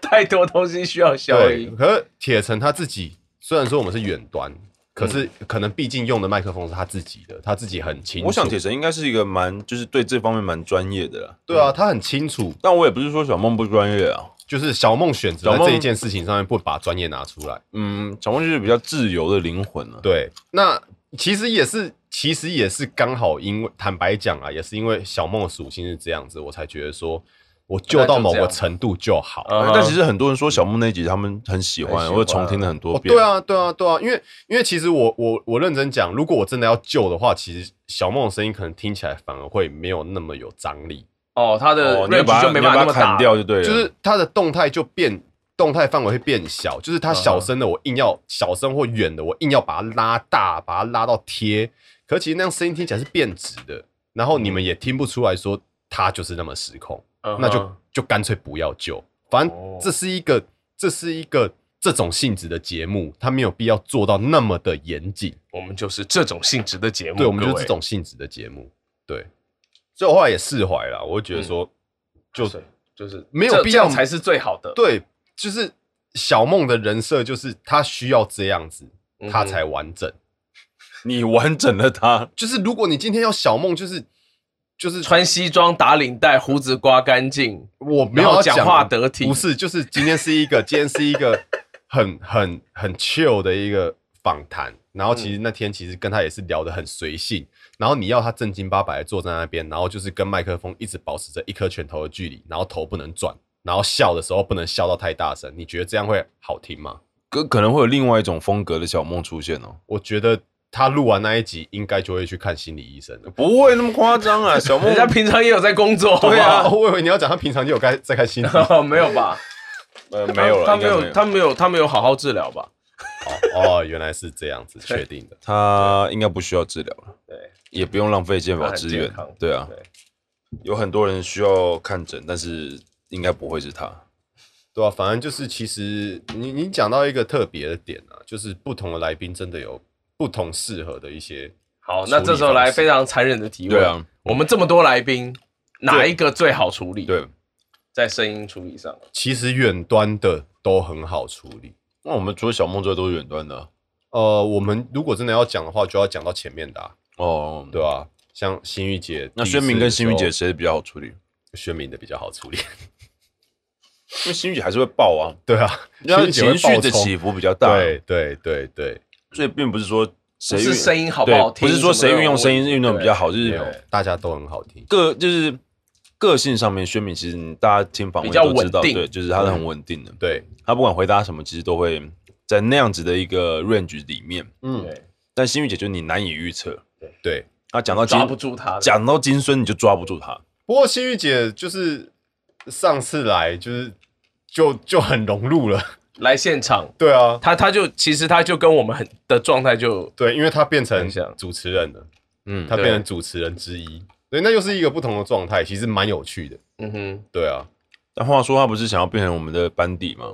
Speaker 3: 太多东西需要 [LAUGHS] 消
Speaker 1: 对，
Speaker 3: 音。
Speaker 1: 可是铁城他自己虽然说我们是远端，可是可能毕竟用的麦克风是他自己的，他自己很清楚，
Speaker 2: 我想铁城应该是一个蛮，就是对这方面蛮专业的啦。
Speaker 1: 对啊，他很清楚，
Speaker 2: 但我也不是说小梦不专业啊，
Speaker 1: 就是小梦选择
Speaker 2: 小
Speaker 1: 在
Speaker 2: 梦
Speaker 1: 这一件事情上面不把专业拿出来。
Speaker 2: 嗯，小梦就是比较自由的灵魂啊。
Speaker 1: 对，那其实也是，其实也是刚好因为坦白讲啊，也是因为小梦的属性是这样子，我才觉得说我救到某
Speaker 3: 那
Speaker 1: 个
Speaker 3: 就这样
Speaker 1: 程度就好。
Speaker 3: 嗯哼
Speaker 2: 但其实很多人说小木那一集他们啊很
Speaker 3: 很喜
Speaker 2: 喜欢，
Speaker 3: 欢
Speaker 2: 我又重听了很多
Speaker 1: 哦，
Speaker 2: 遍。
Speaker 1: 对，啊，对啊，对啊，因为因为其实我我我认真讲，如果我真的要救的话，其实小梦的声音可能听起来反而会没有那么有张力，
Speaker 3: 哦，他的
Speaker 2: 哦，你要
Speaker 3: range
Speaker 2: 把它
Speaker 3: 就
Speaker 2: 你
Speaker 3: 没
Speaker 2: 要
Speaker 3: 办法那
Speaker 2: 把它
Speaker 3: 么大
Speaker 2: 砍，掉就对了。啊
Speaker 1: 就是它的动态就变动态范围会变小，就是
Speaker 2: 嗯
Speaker 1: 它小声的我硬要小声或远的我硬要把它拉大，把它拉到贴，可其实那样声音听起来是变直的，然后你
Speaker 2: 嗯
Speaker 1: 们也听不出来说它就是那么失控。
Speaker 3: 嗯哼哦
Speaker 1: 那就就干脆不要救。反正这是一个、这是一个这种性质的节目，它没有必要做到那么的严谨。
Speaker 3: 我们就是这种性质的节目，
Speaker 1: 对，我们就是
Speaker 3: 各位
Speaker 1: 这种性质的节目。对，
Speaker 3: 嗯
Speaker 1: 所以我后来也释怀了，我就觉得说，就
Speaker 3: 就是就是
Speaker 1: 没有
Speaker 3: 这
Speaker 1: 必要
Speaker 3: 这样才是最好的。
Speaker 1: 对，就是小梦的人设就是他需要这样子，他
Speaker 3: 嗯哼
Speaker 1: 才完整。
Speaker 2: 你完整了它，
Speaker 1: 就是如果你今天要小梦，就是就是
Speaker 3: 穿西装、打领带、胡子刮干净，
Speaker 1: 我没有
Speaker 3: 然
Speaker 1: 要
Speaker 3: 后讲话得体
Speaker 1: 不是，就是今天是一个， [LAUGHS] 今天是一个很很很 chill 的一个访谈。然后其实那天其实跟他也是聊得很随性，然后你要他正经八百的坐在那边，然后就是跟麦克风一直保持着一颗拳头的距离，然后头不能转，然后笑的时候不能笑到太大声。你觉得这样会好听吗？
Speaker 2: 可可能会有另外一种风格的小梦出现哦。
Speaker 1: 我觉得他录完那一集应该就会去看心理医生了。
Speaker 2: 不会那么夸张啊，小 [LAUGHS] 梦
Speaker 3: 人家平常也有在工作，
Speaker 2: 对啊
Speaker 1: 哇我以为你要讲他平常就有该在看心理医
Speaker 3: [LAUGHS]
Speaker 1: 生。
Speaker 3: 好不好，没有吧？
Speaker 2: 呃没有了，
Speaker 3: 他
Speaker 2: 应
Speaker 3: 没
Speaker 2: 该没
Speaker 3: 有，他没有，他没有好好治疗吧？
Speaker 1: 哦哦，原来是这样子，确定的。
Speaker 2: 他应该不需要治疗了，
Speaker 3: 对，
Speaker 2: 也不用浪费健保资
Speaker 3: 他很
Speaker 2: 源
Speaker 3: 健康。
Speaker 2: 对啊，
Speaker 3: 对
Speaker 2: 有很多人需要看诊，但是应该不会是他。
Speaker 1: 对啊，反正就是其实你你讲到一个特别的点啊，就是不同的来宾真的有不同适合的一些，
Speaker 3: 好，那这时候来非常残忍的提问，
Speaker 2: 对啊，
Speaker 3: 我们这么多来宾，哪一个最好处理？，
Speaker 2: 对，
Speaker 3: 在声音处理上，
Speaker 1: 其实远端的都很好处理。
Speaker 2: 那我们除了小梦之外都是远端的啊
Speaker 1: 呃，我们如果真的要讲的话，就要讲到前面的、啊，
Speaker 2: 哦。
Speaker 1: 对吧、像新玉姐，
Speaker 2: 那宣明跟新玉姐，谁比较好处理？
Speaker 1: 宣明的比较好处理，
Speaker 2: 因为新玉姐还是会爆啊，
Speaker 1: 对
Speaker 2: [LAUGHS]
Speaker 1: 啊，
Speaker 2: 因为
Speaker 1: 轩宇姐
Speaker 2: 情
Speaker 1: 会
Speaker 2: 绪
Speaker 1: 爆
Speaker 2: 的
Speaker 1: 冲
Speaker 2: 起伏比较大，
Speaker 1: 对对对对，
Speaker 2: 所以并不是说谁
Speaker 3: 不是
Speaker 2: 运
Speaker 3: 声音好不好
Speaker 2: 对
Speaker 3: 听，
Speaker 2: 不是说谁运用声音运动比较
Speaker 3: 好，
Speaker 2: 好，就
Speaker 1: 没有
Speaker 2: 是哦
Speaker 1: 大家都很好听，
Speaker 2: 个就是个性上面，宣明其实你大家听访问
Speaker 3: 比较
Speaker 2: 都知道，
Speaker 3: 稳定
Speaker 2: 对，就是他是很稳定的，
Speaker 1: 对，
Speaker 2: 他不管回答什么，其实都会在那样子的一个 range 里面。
Speaker 1: 嗯，
Speaker 3: 对，
Speaker 2: 但新玉姐就是你难以预测，
Speaker 1: 对。
Speaker 2: 他讲到金
Speaker 3: 抓不住他的。
Speaker 2: 讲到金孙你就抓不住他，
Speaker 1: 不过新玉姐就是上次来就是就就很融入了，
Speaker 3: 来现场，
Speaker 1: 对啊，
Speaker 3: 他他就其实他就跟我们很的状态就
Speaker 1: 对，因为他变成
Speaker 3: 很像
Speaker 1: 主持人了，
Speaker 2: 嗯
Speaker 1: 他变
Speaker 3: 对啊
Speaker 1: 成主持人之一，对，那又是一个不同的状态，其实蛮有趣的。
Speaker 3: 嗯哼，
Speaker 1: 对啊，
Speaker 2: 但话说他不是想要变成我们的班底吗？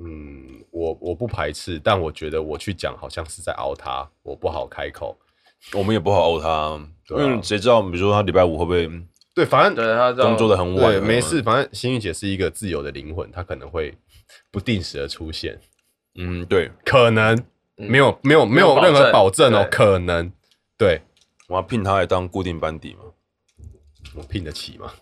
Speaker 1: 嗯，我我不排斥，但我觉得我去讲好像是在熬他，我不好开口。
Speaker 2: 我们也不好怄他，因
Speaker 1: 对啊
Speaker 2: 为谁知道，比如说他礼拜五会不会
Speaker 1: 对，反正
Speaker 3: 对嗯他
Speaker 2: 工作的很晚？啊
Speaker 1: 对没事，，反正心玉姐是一个自由的灵魂，她可能会不定时的出现，
Speaker 2: 嗯，对，
Speaker 1: 可能没有没有没
Speaker 3: 嗯没有
Speaker 1: 有
Speaker 3: 保
Speaker 1: 任何
Speaker 3: 证
Speaker 1: 保证哦
Speaker 3: 对，
Speaker 1: 可能对
Speaker 2: 我要聘他来当固定班底嘛。
Speaker 1: 我聘得起吗？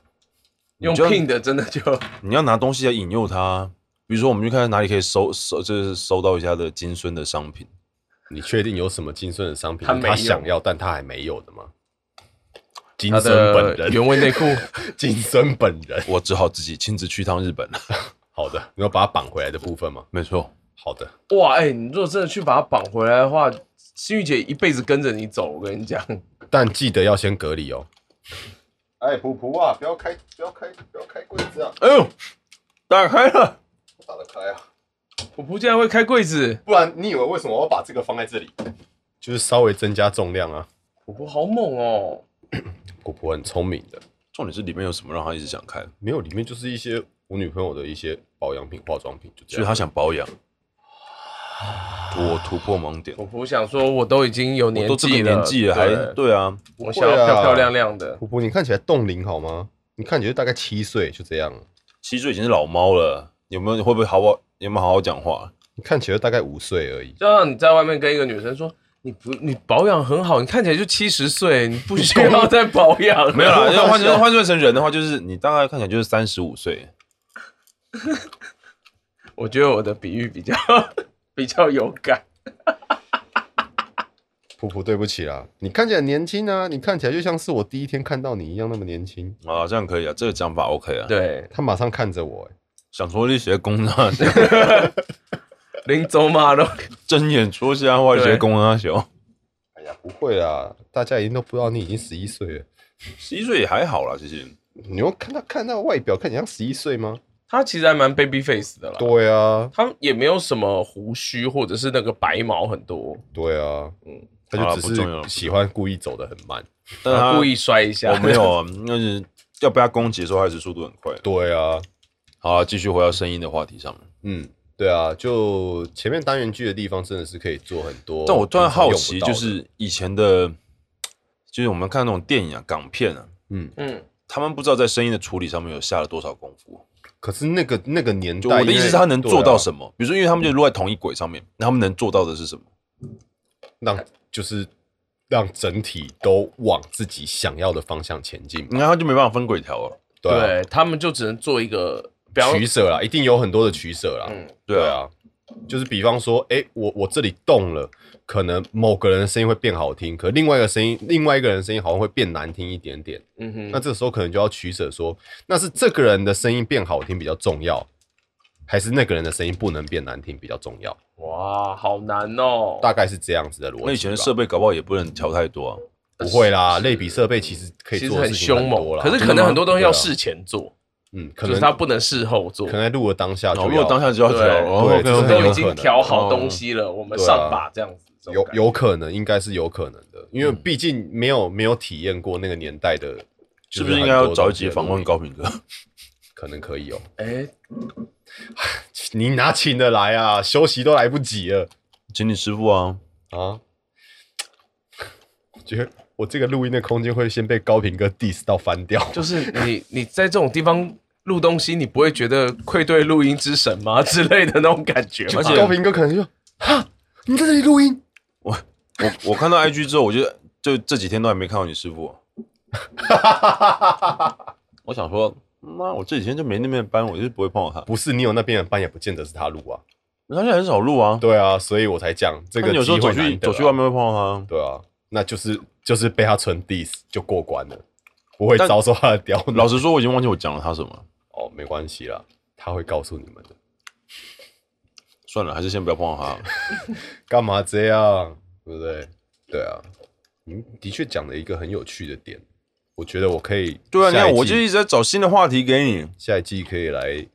Speaker 3: 用
Speaker 2: 你就
Speaker 3: 聘的真的
Speaker 2: [LAUGHS]
Speaker 3: 就
Speaker 2: 你要拿东西来引诱他，比如说我们去看哪里可以收收，就是收到一下的金孙的商品。
Speaker 1: 你确定有什么金孙的商品
Speaker 3: 她
Speaker 1: 是
Speaker 3: 没有
Speaker 1: 她想要但她还没有的吗？金
Speaker 3: 他
Speaker 1: 孙本
Speaker 3: 的
Speaker 1: 人
Speaker 3: 原味内裤， [LAUGHS]
Speaker 1: 金森本人。
Speaker 2: 我只好自己亲自去趟日本了。
Speaker 1: 好的，你要把它绑回来的部分吗？
Speaker 2: 没错，
Speaker 1: 好的，
Speaker 3: 哇，哎、你如果真的去把它绑回来的话，心玉姐一辈子跟着你走，我跟你讲，
Speaker 1: 但记得要先隔离哦。哎，普普啊，不要开，不要开，不要开柜子啊，
Speaker 2: 哎呦，打开了，
Speaker 1: 打得开啊，
Speaker 3: 我不竟然会开柜子，
Speaker 1: 不然你以为为什么我要把这个放在这里？就是稍微增加重量啊。
Speaker 3: 婆婆好猛哦！
Speaker 1: 普普很聪明的，
Speaker 2: 重点是里面有什么让他一直想看，
Speaker 1: 没有里面就是一些我女朋友的一些保养品、化妆品，就这
Speaker 2: 所以
Speaker 1: 样。
Speaker 2: 他想保养，我突破盲点。
Speaker 3: 婆婆想说，我都已经有
Speaker 2: 我
Speaker 3: 年
Speaker 2: 都这个
Speaker 3: 纪了，
Speaker 2: 年纪了，还
Speaker 3: 对
Speaker 2: 对啊，
Speaker 3: 我想要漂漂亮亮的。
Speaker 1: 普普，你看起来冻龄好吗？你看起来大概七岁，就这样。
Speaker 2: 七岁已经是老猫了，有没有会不会好好有没有好好讲话？
Speaker 1: 你看起来大概五岁而已。
Speaker 3: 就像你在外面跟一个女生说，你不，你保养很好，你看起来就七十岁，你不需要再保养了。
Speaker 2: [LAUGHS] [LAUGHS] 没有啦，因为换算换算成人的话，就是你大概看起来就是三十五岁，
Speaker 3: [LAUGHS] 我觉得我的比喻比较比较有感。
Speaker 1: 普普，对不起啦，你看起来年轻啊，你看起来就像是我第一天看到你一样那么年轻。
Speaker 2: 啊，这样可以啊，这个讲法 OK 啊。，
Speaker 3: 对，
Speaker 1: 他马上看着我、欸，
Speaker 2: 想说你学工啊，
Speaker 3: 临走马路，
Speaker 2: 睁眼说瞎话，
Speaker 3: 对
Speaker 2: 学工啊小。
Speaker 1: 哎呀，不会啦，大家已经都不知道你已经十一岁了。
Speaker 2: 十一岁也还好啦，其实。
Speaker 1: 你又看他看到外表看起来像十一岁吗？
Speaker 3: 他其实还蛮 baby face 的啦。
Speaker 1: 对啊，
Speaker 3: 他也没有什么胡须，或者是那个白毛很多，
Speaker 1: 对啊，嗯
Speaker 3: 嗯，
Speaker 1: 他
Speaker 2: 好啦
Speaker 1: 就只
Speaker 2: 不重要
Speaker 1: 是喜欢故意走得很慢。
Speaker 2: 但
Speaker 3: 然
Speaker 2: 是他
Speaker 3: 后故意摔一下。
Speaker 2: 啊我
Speaker 3: [LAUGHS]
Speaker 2: 没有，啊，那是要被他攻击的时候，他其实速度很快。
Speaker 1: 对啊，
Speaker 2: 好啊，继续回到声音的话题上面。
Speaker 1: 嗯，对啊，就前面单元剧的地方真的是可以做很多。
Speaker 2: 但我突然好奇，
Speaker 1: 平常用不到
Speaker 2: 就
Speaker 1: 的，
Speaker 2: 是以前的，就是我们看那种电影啊、港片啊，
Speaker 1: 嗯，
Speaker 3: 嗯，
Speaker 2: 他们不知道在声音的处理上面有下了多少功夫。
Speaker 1: 可是那个那个年代，
Speaker 2: 就我的意思是，他能做到
Speaker 1: 么？
Speaker 2: 什么？比如说，因为他
Speaker 1: 嗯
Speaker 2: 们就落在同一轨上面，那他们能做到的是什么？
Speaker 1: 让就是让整体都往自己想要的方向前进嘛。
Speaker 2: 你看，他就没办法分轨条了。
Speaker 1: 对啊，
Speaker 3: 对他们就只能做一个，比方
Speaker 1: 取舍啦，一定有很多的取舍啦。
Speaker 3: 嗯
Speaker 1: 对，啊，就是比方说，哎、我我这里动了，可能某个人的声音会变好听，可另外一个声音，另外一个人的声音好像会变难听一点点。
Speaker 3: 嗯哼，
Speaker 1: 那这时候可能就要取舍说，那是这个人的声音变好听比较重要，还是那个人的声音不能变难听比较重要？
Speaker 3: 哇，好难哦。
Speaker 1: 大概是这样子的逻辑吧。
Speaker 2: 那以前的设备搞不好也不能调太多啊。
Speaker 1: 不会啦，类比设备其实可以
Speaker 3: 其实
Speaker 1: 做的
Speaker 3: 很
Speaker 1: 事情
Speaker 3: 凶
Speaker 1: 很
Speaker 3: 猛
Speaker 1: 多，啦。
Speaker 3: 可是可能很多东西要事前做，
Speaker 1: 嗯，可
Speaker 3: 就是
Speaker 1: 能
Speaker 3: 他哦不能事后做
Speaker 1: 可。能在录的当下
Speaker 2: 然后
Speaker 1: 就
Speaker 2: 如果
Speaker 1: 要
Speaker 2: 当下就要调，
Speaker 3: 对
Speaker 2: 然后
Speaker 1: 对
Speaker 2: OK，
Speaker 1: 这是很
Speaker 2: 有
Speaker 1: 有
Speaker 3: 都已
Speaker 1: 可能
Speaker 3: 经调好东西了，我们
Speaker 1: 对啊
Speaker 3: 上把这样子。这种
Speaker 1: 有
Speaker 3: 感觉
Speaker 1: 有可能，应该是有可能的，因为
Speaker 2: 嗯
Speaker 1: 毕竟没有没有体验过那个年代的，
Speaker 2: 是
Speaker 1: 就
Speaker 2: 不是应
Speaker 1: 很
Speaker 2: 该要
Speaker 1: 多
Speaker 2: 找一
Speaker 1: 东西啊
Speaker 2: 集
Speaker 1: 的
Speaker 2: 访
Speaker 1: 录
Speaker 2: 问
Speaker 1: 音？
Speaker 2: 高品哥？ [LAUGHS]
Speaker 1: 可能可以哦、
Speaker 3: 哎，
Speaker 1: 你哪请得来啊？休息都来不及了
Speaker 2: 请你师傅啊，
Speaker 1: 啊！我觉得我这个录音的空间会先被高平哥 diss 到翻掉。 [LAUGHS]
Speaker 3: 就是你你在这种地方录东西，你不会觉得愧对录音之神吗之类的那种感觉吗？
Speaker 2: 而且
Speaker 1: 高平哥可能就哈，你在这里录音，
Speaker 2: 我我看到 IG 之后，我就就这几天都还没看到你师
Speaker 1: [LAUGHS]
Speaker 2: 傅啊、我想说，妈，我这几天就没那边的班，我就是不会碰到他。
Speaker 1: 不是你有那边的班，也不见得是他录啊。
Speaker 2: 他现在很少录啊，
Speaker 1: 对啊，所以我才讲这
Speaker 2: 他
Speaker 1: 个
Speaker 2: 有时候
Speaker 1: 机
Speaker 2: 走
Speaker 1: 会
Speaker 2: 去
Speaker 1: 难得啊
Speaker 2: 走去外面会碰到他。
Speaker 1: 对啊，那就是就是被他纯 diss 就过关了，不会
Speaker 2: 但
Speaker 1: 遭受他的刁难。
Speaker 2: 老实说，我已经忘记我讲了他什么了，
Speaker 1: 哦，没关系啦，他会告诉你们的。
Speaker 2: 算了，还是先不要碰到他
Speaker 1: [LAUGHS]
Speaker 2: 好了。
Speaker 1: 干嘛这样？对不对？对啊，你的确讲了一个很有趣的点，我觉得我可以
Speaker 2: 对啊，你
Speaker 1: 下一
Speaker 2: 看，
Speaker 1: 季
Speaker 2: 我就一直在找新的话题给你。
Speaker 1: 下一季可以来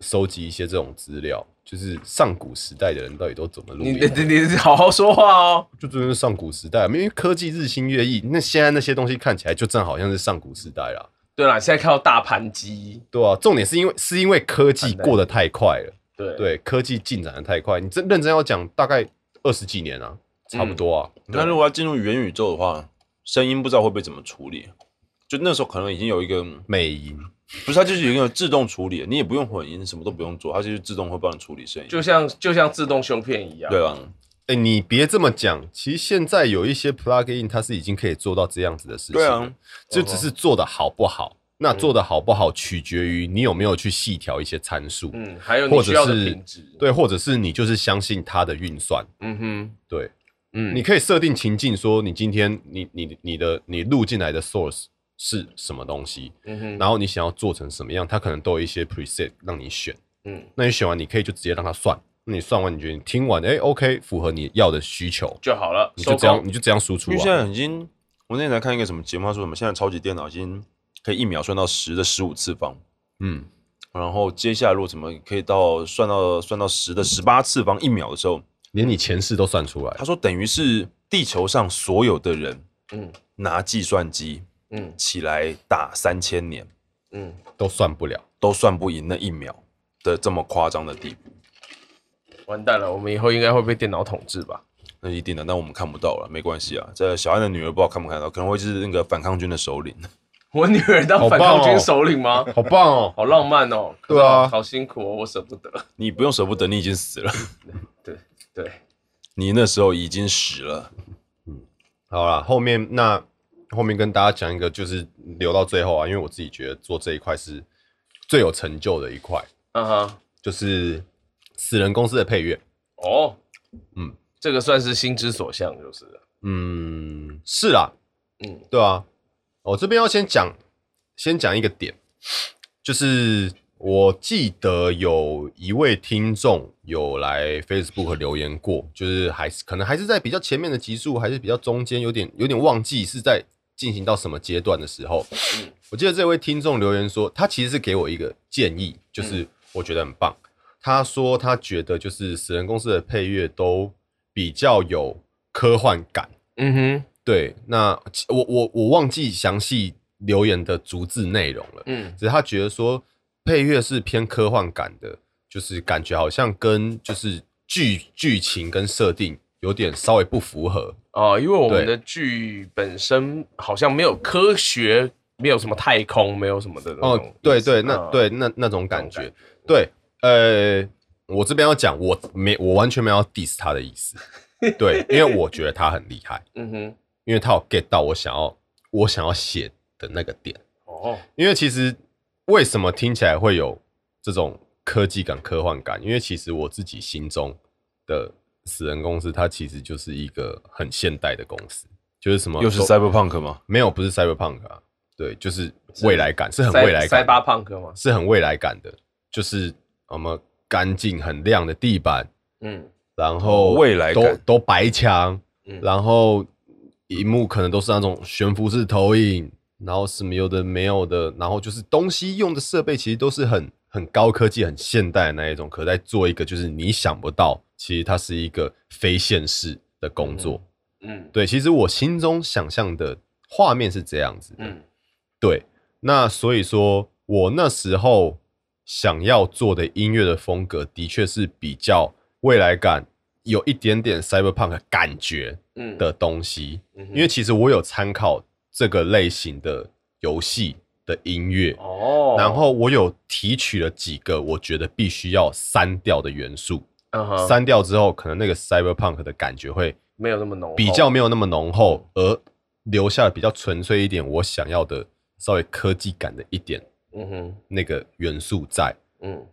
Speaker 1: 收集一些这种资料，就是上古时代的人到底都怎么录
Speaker 3: 你
Speaker 1: 音
Speaker 3: 你？你你好好说话哦。
Speaker 1: 就真的是上古时代，啊因为科技日新月异，那现在那些东西看起来就正好像是上古时代啦。
Speaker 3: 对啦，现在看到大盘鸡，
Speaker 1: 对啊，重点是因为是因为科技
Speaker 3: 对
Speaker 1: 过得太快了。
Speaker 3: 对
Speaker 1: 对，科技进展的太快，你真认真要讲，大概二十几年啊，差不多啊。
Speaker 2: 那如果要进入元宇宙的话，声音不知道会被怎么处理。就那时候可能已经有一个，
Speaker 1: 美音，
Speaker 2: 不是它就是有一个自动处理，你也不用混音，什么都不用做，它就是自动会帮你处理声音。
Speaker 3: 就像就像自动修片一样。
Speaker 2: 对啊，
Speaker 1: 哎、你别这么讲，其实现在有一些 plugin 它是已经可以做到这样子的事情，
Speaker 2: 对啊，
Speaker 1: 就只是做的好不好。那做的好不好取决于你有没有去细调一些参数，
Speaker 3: 嗯，还有你
Speaker 1: 或
Speaker 3: 需要
Speaker 1: 者
Speaker 3: 的
Speaker 1: 是
Speaker 3: 品质。，
Speaker 1: 对，或者是你就是相信它的运算，
Speaker 3: 嗯哼，
Speaker 1: 对，
Speaker 3: 嗯，
Speaker 1: 你可以设定情境，说你今天你你你的你录进来的 source 是什么东西，
Speaker 3: 嗯哼，
Speaker 1: 然后你想要做成什么样，它可能都有一些 preset 让你选。
Speaker 3: 嗯，
Speaker 1: 那你选完，你可以就直接让它算。那你算完，你觉得你听完，哎、o k 符合你要的需求，
Speaker 3: 就好了，
Speaker 1: 你
Speaker 3: 收
Speaker 1: 就这样，
Speaker 3: 工。
Speaker 1: 你就这样输出
Speaker 2: 因为现
Speaker 1: 啊。
Speaker 2: 在已经，我那天才看一个什么节目，他说什么现在超级电脑已经可以一秒算到十的十五次方，
Speaker 1: 嗯，
Speaker 2: 然后接下来如果怎么可以到算到算到十的十八次方一秒的时候，
Speaker 1: 连你前世都算出来
Speaker 2: 他，说等于是地球上所有的人
Speaker 3: 嗯
Speaker 2: 拿计算机
Speaker 3: 嗯
Speaker 2: 起来打三千年
Speaker 3: 嗯，
Speaker 1: 都算不了。
Speaker 2: 都算不赢那一秒的这么夸张的地步，
Speaker 3: 完蛋了，我们以后应该会被电脑统治
Speaker 1: [LAUGHS]
Speaker 3: 吧？
Speaker 2: 那一定的，但我们看不到了，没关系啊。这小安的女儿不知道看不看到，可能会是那个反抗军的首领。
Speaker 3: 我女儿当
Speaker 1: 好
Speaker 3: 反
Speaker 1: 棒
Speaker 3: 抗军
Speaker 1: 哦
Speaker 3: 首领吗？
Speaker 1: 好棒哦！
Speaker 3: 好浪漫哦！可是
Speaker 1: 对啊
Speaker 3: 好好辛苦哦，我舍不得。
Speaker 2: 你不用舍不得，你已经死了，
Speaker 3: 对对，
Speaker 2: 你那时候已经死了。
Speaker 1: 好啦，后面那后面跟大家讲一个，就是留到最后啊，因为我自己觉得做这一块是最有成就的一块，
Speaker 3: 嗯哼，
Speaker 1: 就是死人公司的配乐。
Speaker 3: 哦，
Speaker 1: 嗯
Speaker 3: 嗯，这个算是心之所向，就是了
Speaker 1: 嗯，是啦，
Speaker 3: 嗯
Speaker 1: 嗯，对啊。我这边要先讲，先讲一个点，就是我记得有一位听众有来 Facebook 留言过，就是还是可能还是在比较前面的集数，还是比较中间，有点有点忘记是在进行到什么阶段的时候。我记得这位听众留言说，他其实是给我一个建议，就是我觉得很棒。他说他觉得就是死人公司的配乐都比较有科幻感。
Speaker 3: 嗯哼，
Speaker 1: 对，那其我我我忘记详细留言的逐字内容了，
Speaker 3: 嗯
Speaker 1: 只是他觉得说配乐是偏科幻感的，就是感觉好像跟就是剧剧情跟设定有点稍微不符合。
Speaker 3: 哦，因为我
Speaker 1: 对
Speaker 3: 们的剧本身好像没有科学，没有什么太空，没有什么的那
Speaker 1: 哦
Speaker 3: 种意思。，
Speaker 1: 对对，那、
Speaker 3: 嗯
Speaker 1: 对那那种感
Speaker 3: 那
Speaker 1: 觉
Speaker 3: 种，
Speaker 1: 对，呃，我这边要讲，我没我完全没有要 diss 他的意
Speaker 3: [LAUGHS]
Speaker 1: 思，对，因为我觉得他很厉害，
Speaker 3: 嗯哼，
Speaker 1: 因为他有 get 到我想要我想要写的那个点。
Speaker 3: 哦，
Speaker 1: 因为其实为什么听起来会有这种科技感、科幻感？因为其实我自己心中的死人公司，它其实就是一个很现代的公司，就是什么
Speaker 2: 又是
Speaker 1: 都
Speaker 2: cyberpunk 吗？
Speaker 1: 没有不是 cyberpunk 啊，对，就是未来感是很
Speaker 3: 塞
Speaker 1: 未来
Speaker 3: 塞
Speaker 1: 感
Speaker 3: 巴
Speaker 1: 的，
Speaker 3: 胖哥嘛，
Speaker 1: 是很未来感的，就是我们干净很亮的地板，
Speaker 3: 嗯
Speaker 1: 然后
Speaker 2: 哦未来
Speaker 1: 都
Speaker 2: 感
Speaker 1: 都白墙，
Speaker 3: 嗯
Speaker 1: 然后荧幕可能都是那种悬浮式投影，然后什么有的没有的，然后就是东西用的设备其实都是很很高科技、很现代的那一种，可在做一个就是你想不到，其实它是一个非现实的工作。
Speaker 3: 嗯
Speaker 1: 对，其实我心中想象的画面是这样子的。
Speaker 3: 嗯
Speaker 1: 对，那所以说我那时候想要做的音乐的风格，的确是比较未来感，有一点点 cyberpunk 感觉
Speaker 3: 嗯
Speaker 1: 的东西。
Speaker 3: 嗯哼
Speaker 1: 因为其实我有参考这个类型的游戏的音乐，
Speaker 3: 哦，
Speaker 1: 然后我有提取了几个我觉得必须要删掉的元素，
Speaker 3: 嗯哼
Speaker 1: 删掉之后，可能那个 cyberpunk 的感觉会
Speaker 3: 没有那么浓厚，哦
Speaker 1: 比较没有那么浓厚，而留下比较纯粹一点我想要的稍微科技感的一点
Speaker 3: 嗯哼
Speaker 1: 那个元素在。
Speaker 3: 嗯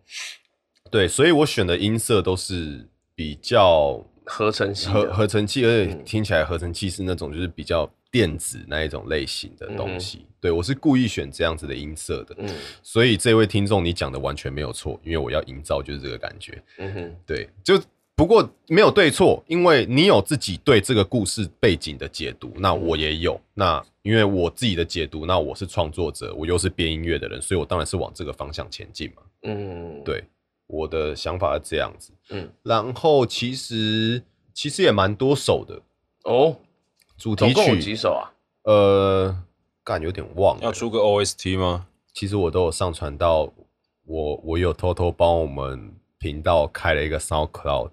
Speaker 1: 对，所以我选的音色都是比较
Speaker 3: 合成系
Speaker 1: 合
Speaker 3: 的
Speaker 1: 合成器，而且听起来合成器是那种就是比较电子那一种类型的东西。对我是故意选这样子的音色的，
Speaker 3: 嗯
Speaker 1: 所以这位听众你讲的完全没有错，因为我要营造就是这个感觉。
Speaker 3: 嗯哼
Speaker 1: 对，就不过没有对错，因为你有自己对这个故事背景的解读，那我也有。那因为我自己的解读，那我是创作者，我又是编音乐的人，所以我当然是往这个方向前进嘛。
Speaker 3: 嗯
Speaker 1: 对，我的想法是这样子。
Speaker 3: 嗯
Speaker 1: 然后其实其实也蛮多首的
Speaker 3: 哦，
Speaker 1: 主题
Speaker 3: 总共有几
Speaker 1: 曲，
Speaker 3: 首啊？
Speaker 1: 呃，干有点忘
Speaker 2: 要
Speaker 1: 了。
Speaker 2: 出个 OST 吗？
Speaker 1: 其实我都有上传到我，我有偷偷帮我们频道开了一个
Speaker 3: [LAUGHS]
Speaker 1: SoundCloud，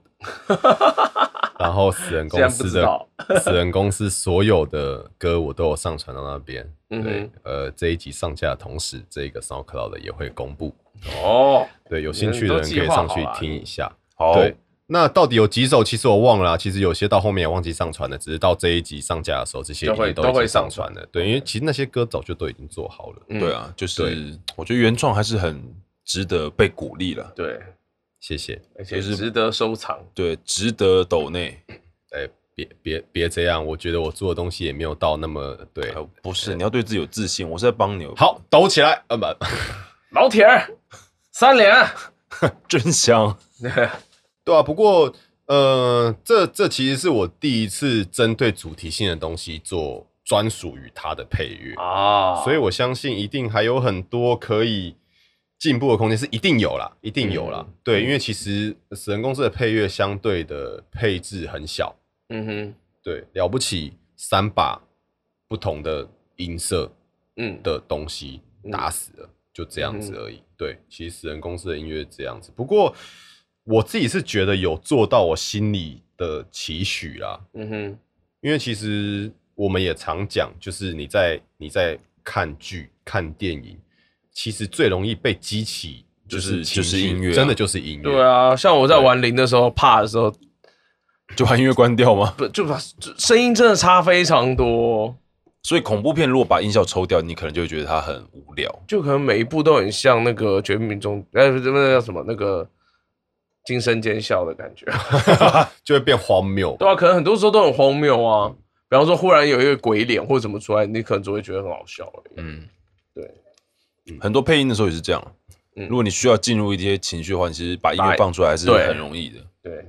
Speaker 1: 然后死人
Speaker 3: 竟然
Speaker 1: 公
Speaker 3: 不
Speaker 1: 司
Speaker 3: 知
Speaker 1: 的
Speaker 3: 道，
Speaker 1: [LAUGHS] 死人公司所有的歌我都有上传到那边。
Speaker 3: 嗯
Speaker 1: 对
Speaker 3: 哼，
Speaker 1: 呃，这一集上架的同时，这个 SoundCloud 也会公布。
Speaker 3: 哦，
Speaker 1: 对，有兴趣
Speaker 3: 你
Speaker 1: 的
Speaker 3: 们
Speaker 1: 人
Speaker 3: 都
Speaker 1: 可
Speaker 3: 计
Speaker 1: 以
Speaker 3: 划
Speaker 1: 上
Speaker 3: 好
Speaker 1: 去
Speaker 3: 啊
Speaker 1: 听一下。
Speaker 2: 好，
Speaker 1: 对，那到底有几首？其实我忘了啊、其实有些到后面也忘记上传了，只是到这一集上架的时候，这些
Speaker 3: 都
Speaker 1: 已
Speaker 3: 会
Speaker 1: 经
Speaker 3: 都
Speaker 1: 已
Speaker 3: 会
Speaker 1: 经
Speaker 3: 上
Speaker 1: 上传了。对，因为其实那些歌早就都已经做好了。
Speaker 3: 嗯
Speaker 2: 对啊，就是
Speaker 1: 对
Speaker 2: 我觉得原创还是很值得被鼓励了，
Speaker 3: 对，啊
Speaker 1: 谢谢。
Speaker 3: 而且
Speaker 2: 就是
Speaker 3: 值得收藏。
Speaker 2: 对，值得抖内。
Speaker 1: 哎、别别别这样，我觉得我做的东西也没有到那么对
Speaker 2: 哎。呦不是，你要对自己有自信，我是在帮你。， [LAUGHS]
Speaker 1: 好，抖起来，呃不， [LAUGHS]
Speaker 3: 老铁儿三连，啊
Speaker 2: 真香。
Speaker 1: 对啊。不过，呃，这这其实是我第一次针对主题性的东西做专属于它的配乐。
Speaker 3: [LAUGHS] 啊，
Speaker 1: 所以我相信一定还有很多可以进步的空间，是一定有啦，一定有啦。
Speaker 3: 嗯
Speaker 1: 对，因为其实死人公司的配乐相对的配置很小，
Speaker 3: 嗯哼
Speaker 1: 对，了不起三把不同的音色
Speaker 3: 嗯
Speaker 1: 的东西
Speaker 3: 嗯
Speaker 1: 打死了，就这样子而
Speaker 2: 嗯
Speaker 1: 已。对，其实死人公司的音乐是这样子，不过我自己是觉得有做到我心里的期许啦，
Speaker 3: 嗯哼
Speaker 1: 因为其实我们也常讲，就是你在你在看剧、看电影，其实最容易被激起
Speaker 2: 就是
Speaker 1: 情
Speaker 2: 就是
Speaker 1: 绪
Speaker 2: 音乐啊
Speaker 1: 真的就是音乐。
Speaker 3: 对，啊，像我在玩零的时候，怕的时候，
Speaker 2: 就把音乐关掉吗？
Speaker 3: 不就把就声音真的差非常多，
Speaker 2: 所以恐怖片如果把音效抽掉，你可能就会觉得它很无聊。
Speaker 3: 就可能每一部都很像那个《绝命终》，呃，不是那个叫什么那个惊声尖笑的感觉，
Speaker 1: [LAUGHS]
Speaker 3: [LAUGHS]
Speaker 1: 就会变荒谬。
Speaker 3: 对啊，可能很多时候都很荒谬啊。比方说忽然有一个鬼脸或者怎么出来，你可能只会觉得很好笑而已。
Speaker 2: 嗯，
Speaker 3: 对，
Speaker 2: 很多配音的时候也是这样。啊
Speaker 3: 嗯
Speaker 2: 如果你需要进入一些情绪的话，你其实把音乐
Speaker 3: 把
Speaker 2: 放出来还是
Speaker 3: 对
Speaker 2: 很容易的，
Speaker 3: 对，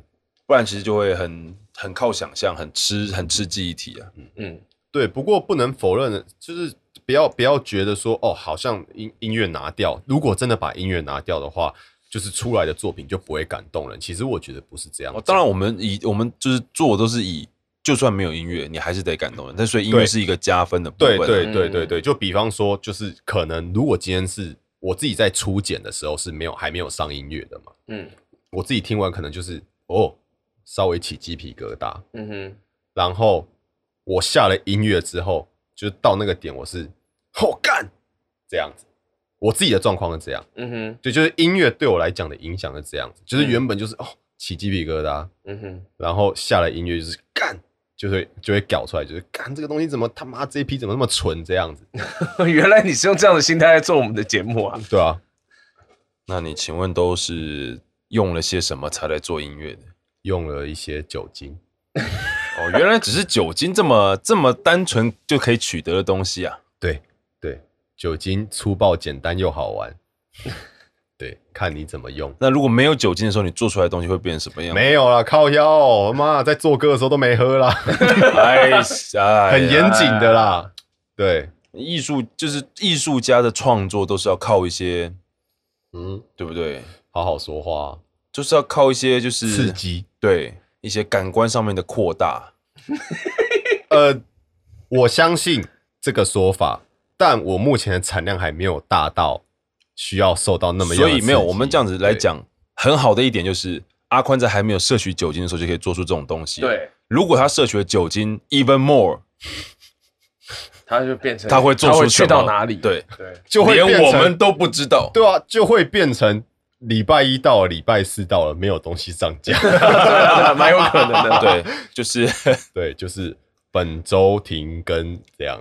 Speaker 2: 不然其实就会很很靠想象，很吃很吃记忆体啊。
Speaker 3: 嗯，
Speaker 1: 对，不过不能否认的，就是不要不要觉得说哦，好像音音乐拿掉，如果真的把音乐拿掉的话，就是出来的作品就不会感动人。其实我觉得不是这样、
Speaker 2: 哦，当然，我们以我们就是做都是以，就算没有音乐，你还是得感动人。但所以音乐
Speaker 1: 对
Speaker 2: 是一个加分的部分
Speaker 1: 对
Speaker 2: 啊。
Speaker 1: 对对
Speaker 3: 嗯
Speaker 1: 对对，就比方说，就是可能如果今天是我自己在初剪的时候是没有还没有上音乐的嘛，
Speaker 3: 嗯
Speaker 1: 我自己听完可能就是哦，稍微起鸡皮疙瘩，
Speaker 3: 嗯哼，
Speaker 1: 然后我下了音乐之后，就是到那个点我是好干这样子，我自己的状况是这样。
Speaker 3: 嗯哼，
Speaker 1: 对，就是音乐对我来讲的影响是这样子，
Speaker 2: 嗯
Speaker 1: 就是原本就是、哦起鸡皮疙瘩，
Speaker 3: 嗯哼，
Speaker 1: 然后下了音乐就是干，就会就会搞出来，就是干这个东西怎么他妈这一批怎么那么蠢这样子， [LAUGHS]
Speaker 3: [LAUGHS] 原来你是用这样的心态在做我们的节目啊？
Speaker 1: 对啊，
Speaker 2: 那你请问都是用了些什么才来做音乐的？
Speaker 1: 用了一些酒精，
Speaker 2: 哦，原来只是酒精这么 [LAUGHS] 这么单纯就可以取得的东西啊！
Speaker 1: 对对，酒精粗暴简单又好玩，对，看你怎么用。
Speaker 2: 那如果没有酒精的时候，你做出来的东西会变成什么
Speaker 1: [LAUGHS]
Speaker 2: 样？
Speaker 1: 没有啦，靠腰、妈在做歌的时候都没喝啦，
Speaker 2: 哎呀，哎很
Speaker 1: 很严谨的。啦。对，
Speaker 2: 艺术就是艺术家的创作都是要靠一些，
Speaker 1: 嗯，
Speaker 2: 对不对？
Speaker 1: 好好说话，啊
Speaker 2: 就是要靠一些就是
Speaker 1: 刺激。
Speaker 2: 对一些感官上面的扩大。
Speaker 1: 呃，我相信这个说法，但我目前的产量还没有大到需要受到那么样
Speaker 2: 所
Speaker 1: 的
Speaker 2: 以没有，
Speaker 1: 刺激
Speaker 2: 我们这样子来，讲，很好的一点就是阿宽在还没有摄取酒精的时候就可以做出这种东西。，
Speaker 3: 对，
Speaker 2: 如果他摄取了酒精，even more，
Speaker 3: 他就变成
Speaker 2: 他会做出
Speaker 3: 会去
Speaker 2: 什么
Speaker 3: 到哪里？
Speaker 2: 对，
Speaker 3: 对，
Speaker 1: 对就会
Speaker 2: 连
Speaker 1: 变
Speaker 2: 我
Speaker 1: 成
Speaker 2: 们都不知道。
Speaker 1: 对啊，就会变成礼拜一到了，礼拜四到了，没有东西上架。
Speaker 3: [LAUGHS]
Speaker 1: [LAUGHS]
Speaker 3: 蛮有可能的。
Speaker 2: 对，就是
Speaker 1: 对，就是本周停更这样。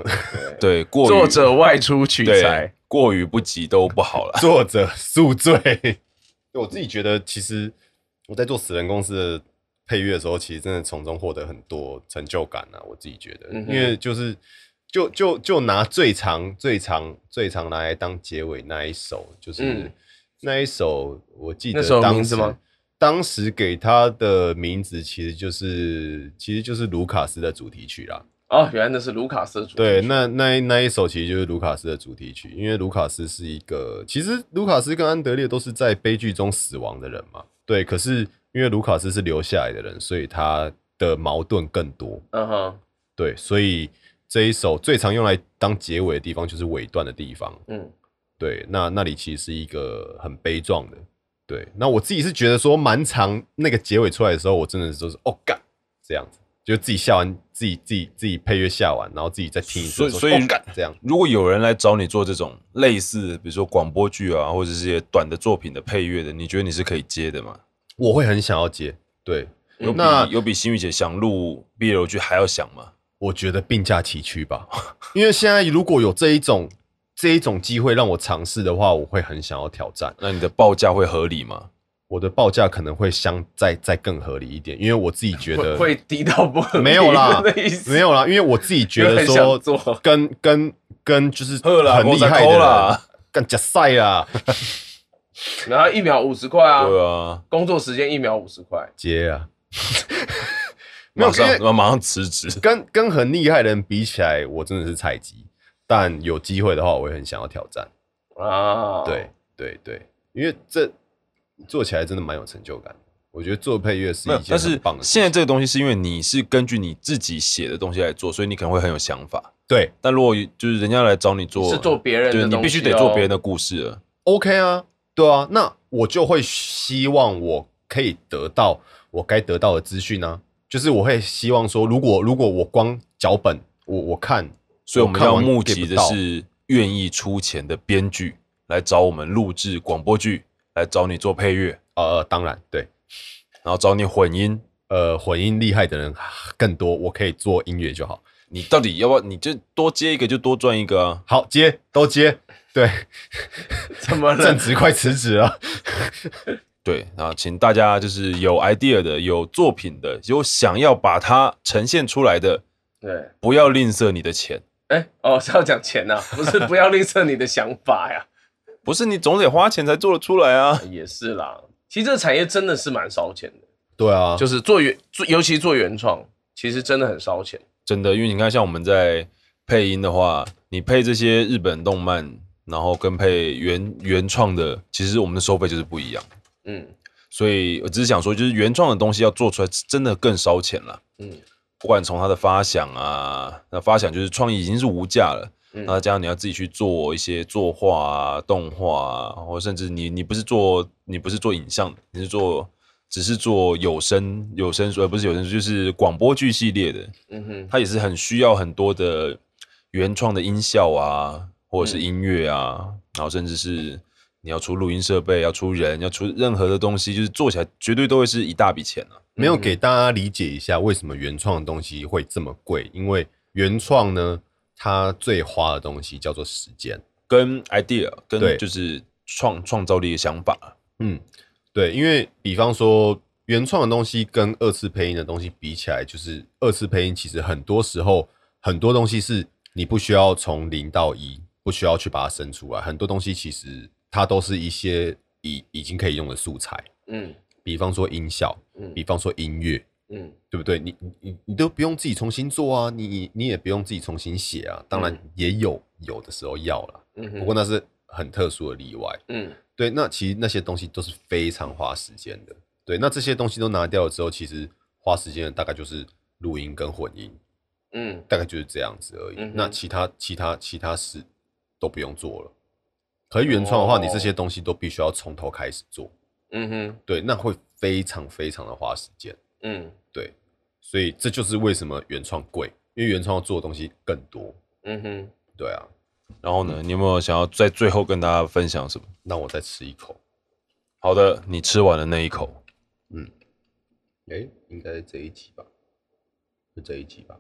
Speaker 2: 对过于
Speaker 3: 作者外出取
Speaker 2: 对
Speaker 3: 材，
Speaker 2: 过于不及都不好了。
Speaker 1: 作者宿醉。 [LAUGHS] 对我自己觉得，其实我在做死人公司的配乐的时候，其实真的从中获得很多成就感啊。我自己觉得，
Speaker 3: 嗯哼
Speaker 1: 因为就是就就就拿最长最长最长拿来当结尾那一首，就是、
Speaker 3: 嗯
Speaker 1: 那一首，我记得
Speaker 3: 那首有
Speaker 1: 当
Speaker 3: 名字
Speaker 1: 时
Speaker 3: 吗？
Speaker 1: 当时给他的名字其实就是其实就是卢卡斯的主题曲啦。
Speaker 3: 哦，原来那是卢卡斯的主题
Speaker 1: 对，那那一那一首其实就是卢卡斯的主题曲，因为卢卡斯是一个，其实卢卡斯跟安德烈都是在悲剧中死亡的人嘛。对，可是因为卢卡斯是留下来的人，所以他的矛盾更多。
Speaker 3: 嗯哼，
Speaker 1: 对，所以这一首最常用来当结尾的地方就是尾段的地方。
Speaker 3: 嗯
Speaker 1: 对，那那里其实是一个很悲壮的。对，那我自己是觉得说，蛮长那个结尾出来的时候，我真的就是哦干这样子，就自己下完自己自己自己配乐下完，然后自己再听一次
Speaker 2: 所以
Speaker 1: 的时候，
Speaker 2: 所以
Speaker 1: 哦干这样，
Speaker 2: 如果有人来找你做这种类似，比如说广播剧啊，或者是一些短的作品的配乐的，你觉得你是可以接的吗？
Speaker 1: 我会很想要接。对，
Speaker 3: 嗯
Speaker 2: 有比
Speaker 1: 那
Speaker 2: 有比心雨姐想录 BL 剧还要想吗？
Speaker 1: 我觉得并驾齐驱吧， [LAUGHS] 因为现在如果有这一种这一种机会让我尝试的话，我会很想要挑战。
Speaker 2: 那你的报价会合理吗？
Speaker 1: 我的报价可能会相再再更合理一点，因为我自己觉
Speaker 3: 会
Speaker 1: 得
Speaker 3: 会低到不合理
Speaker 1: 没有啦
Speaker 3: 的意，思
Speaker 1: 没有啦，因为我自己觉得
Speaker 3: 因为很
Speaker 1: 说
Speaker 3: 想做
Speaker 1: 跟跟跟就是
Speaker 2: 好啦
Speaker 1: 很厉害
Speaker 2: 五十
Speaker 1: 的
Speaker 2: 块
Speaker 1: 人
Speaker 2: 啦，
Speaker 1: 干假赛啦，
Speaker 3: 然后一秒五十块啊，
Speaker 2: 对啊，
Speaker 3: 工作时间一秒五十块，
Speaker 1: 接
Speaker 2: [LAUGHS]
Speaker 1: 啊，没有
Speaker 2: 马
Speaker 1: 因为
Speaker 2: 上马上辞职。
Speaker 1: 跟跟很厉害的人比起来，我真的是菜鸡，但有机会的话，我也很想要挑战。
Speaker 3: 啊，
Speaker 1: 对，对对，因为这做起来真的蛮有成就感的。我觉得做配乐是
Speaker 2: 没
Speaker 1: 一
Speaker 2: 有，
Speaker 1: 件
Speaker 2: 但是
Speaker 1: 很棒的事情。
Speaker 2: 现在这个东西是因为你是根据你自己写的东西来做，所以你可能会很有想法。
Speaker 1: 对
Speaker 2: 但如果就是人家来找你做，
Speaker 3: 是做别人的
Speaker 2: 就是
Speaker 3: 东西
Speaker 2: 你
Speaker 3: 哦
Speaker 2: 必须得做别人的故事了。
Speaker 1: OK 啊，对啊，那我就会希望我可以得到我该得到的资讯啊，就是我会希望说，如果如果我光脚本，我我看，
Speaker 2: 所以我们
Speaker 1: 看
Speaker 2: 要
Speaker 1: 完
Speaker 2: 募
Speaker 1: get
Speaker 2: 集
Speaker 1: 不
Speaker 2: 的
Speaker 1: 到
Speaker 2: 是愿意出钱的编剧来找我们录制广播剧，来找你做配乐，
Speaker 1: 呃，当然对，
Speaker 2: 然后找你混音。
Speaker 1: 呃，混音厉害的人更多，我可以做音乐就好。
Speaker 2: 你到底要不要？你就多接一个就多赚一个啊！
Speaker 1: 好接都接，对，
Speaker 3: [LAUGHS] 怎么了
Speaker 1: 正？职快辞职了，
Speaker 2: 对啊，请大家就是有 idea 的、有作品的、有想要把它呈现出来的，
Speaker 3: 对，
Speaker 2: 不要吝啬你的钱，
Speaker 3: 哎，哦是要讲钱呐、不是不要吝啬你的想法呀，
Speaker 2: 不是你总得花钱才做得出来啊。
Speaker 3: 也是啦。其实这个产业真的是蛮烧钱的，
Speaker 1: 对啊，
Speaker 3: 就是做原，做尤其做原创，其实真的很烧钱。
Speaker 2: 真的，因为你看，像我们在配音的话，你配这些日本动漫，然后跟配原原创的，其实我们的收费就是不一样。
Speaker 3: 嗯
Speaker 2: 所以我只是想说，就是原创的东西要做出来，真的更烧钱了。
Speaker 3: 嗯，
Speaker 2: 不管从它的发想啊，那发想就是创意已经是无价了，
Speaker 3: 嗯
Speaker 1: 呃
Speaker 2: 那加上你要自己去做一些作画啊、动画啊，或甚至你你不是做你不是做影像，你是做只是做有声有声书，呃不是有声书，就是广播剧系列的，
Speaker 3: 嗯哼，
Speaker 2: 它也是很需要很多的原创的音效啊，或者是音乐啊，然后甚至是你要出录音设备、要啊出人、要出任何的东西，就是做起来绝对都会是一大笔钱啊。
Speaker 1: 没有给大家理解一下为什么原创的东西会这么贵，因为原创呢，它最花的东西叫做时间。
Speaker 2: 跟 idea，跟
Speaker 1: 对
Speaker 2: 就是创创造力的想法，啊
Speaker 1: 嗯，对，因为比方说原创的东西跟二次配音的东西比起来，就是二次配音其实很多时候很多东西是你不需要从零到一，不需要去把它生出来，很多东西其实它都是一些已已经可以用的素材，
Speaker 3: 嗯
Speaker 1: 比方说音效，
Speaker 3: 嗯
Speaker 1: 比方说音乐，
Speaker 3: 嗯
Speaker 1: 对不对？你你你你都不用自己重新做啊，你你你也不用自己重新写啊。当然
Speaker 3: 嗯
Speaker 1: 也有、有的时候要啦，
Speaker 3: 嗯哼，
Speaker 1: 不过那是很特殊的例外。
Speaker 3: 嗯
Speaker 1: 对，那其实那些东西都是非常花时间的。对，那这些东西都拿掉了之后，其实花时间的大概就是录音跟混音，
Speaker 3: 嗯
Speaker 1: 大概就是这样子而已。
Speaker 3: 嗯哼
Speaker 1: 那其他其他其他事都不用做了。可是原创的话，
Speaker 3: 哦
Speaker 1: 你这些东西都必须要从头开始做，
Speaker 3: 嗯哼
Speaker 1: 对，那会非常非常的花时间。
Speaker 3: 嗯
Speaker 1: 对，所以这就是为什么原创贵，因为原创要做的东西更多。
Speaker 3: 嗯哼，
Speaker 1: 对啊，
Speaker 2: 然后呢，你有没有想要在最后跟大家分享什么？
Speaker 1: 那我再吃一口。
Speaker 2: 好的，你吃完了那一口，
Speaker 1: 哎、应该是这一集吧？是这一集吧？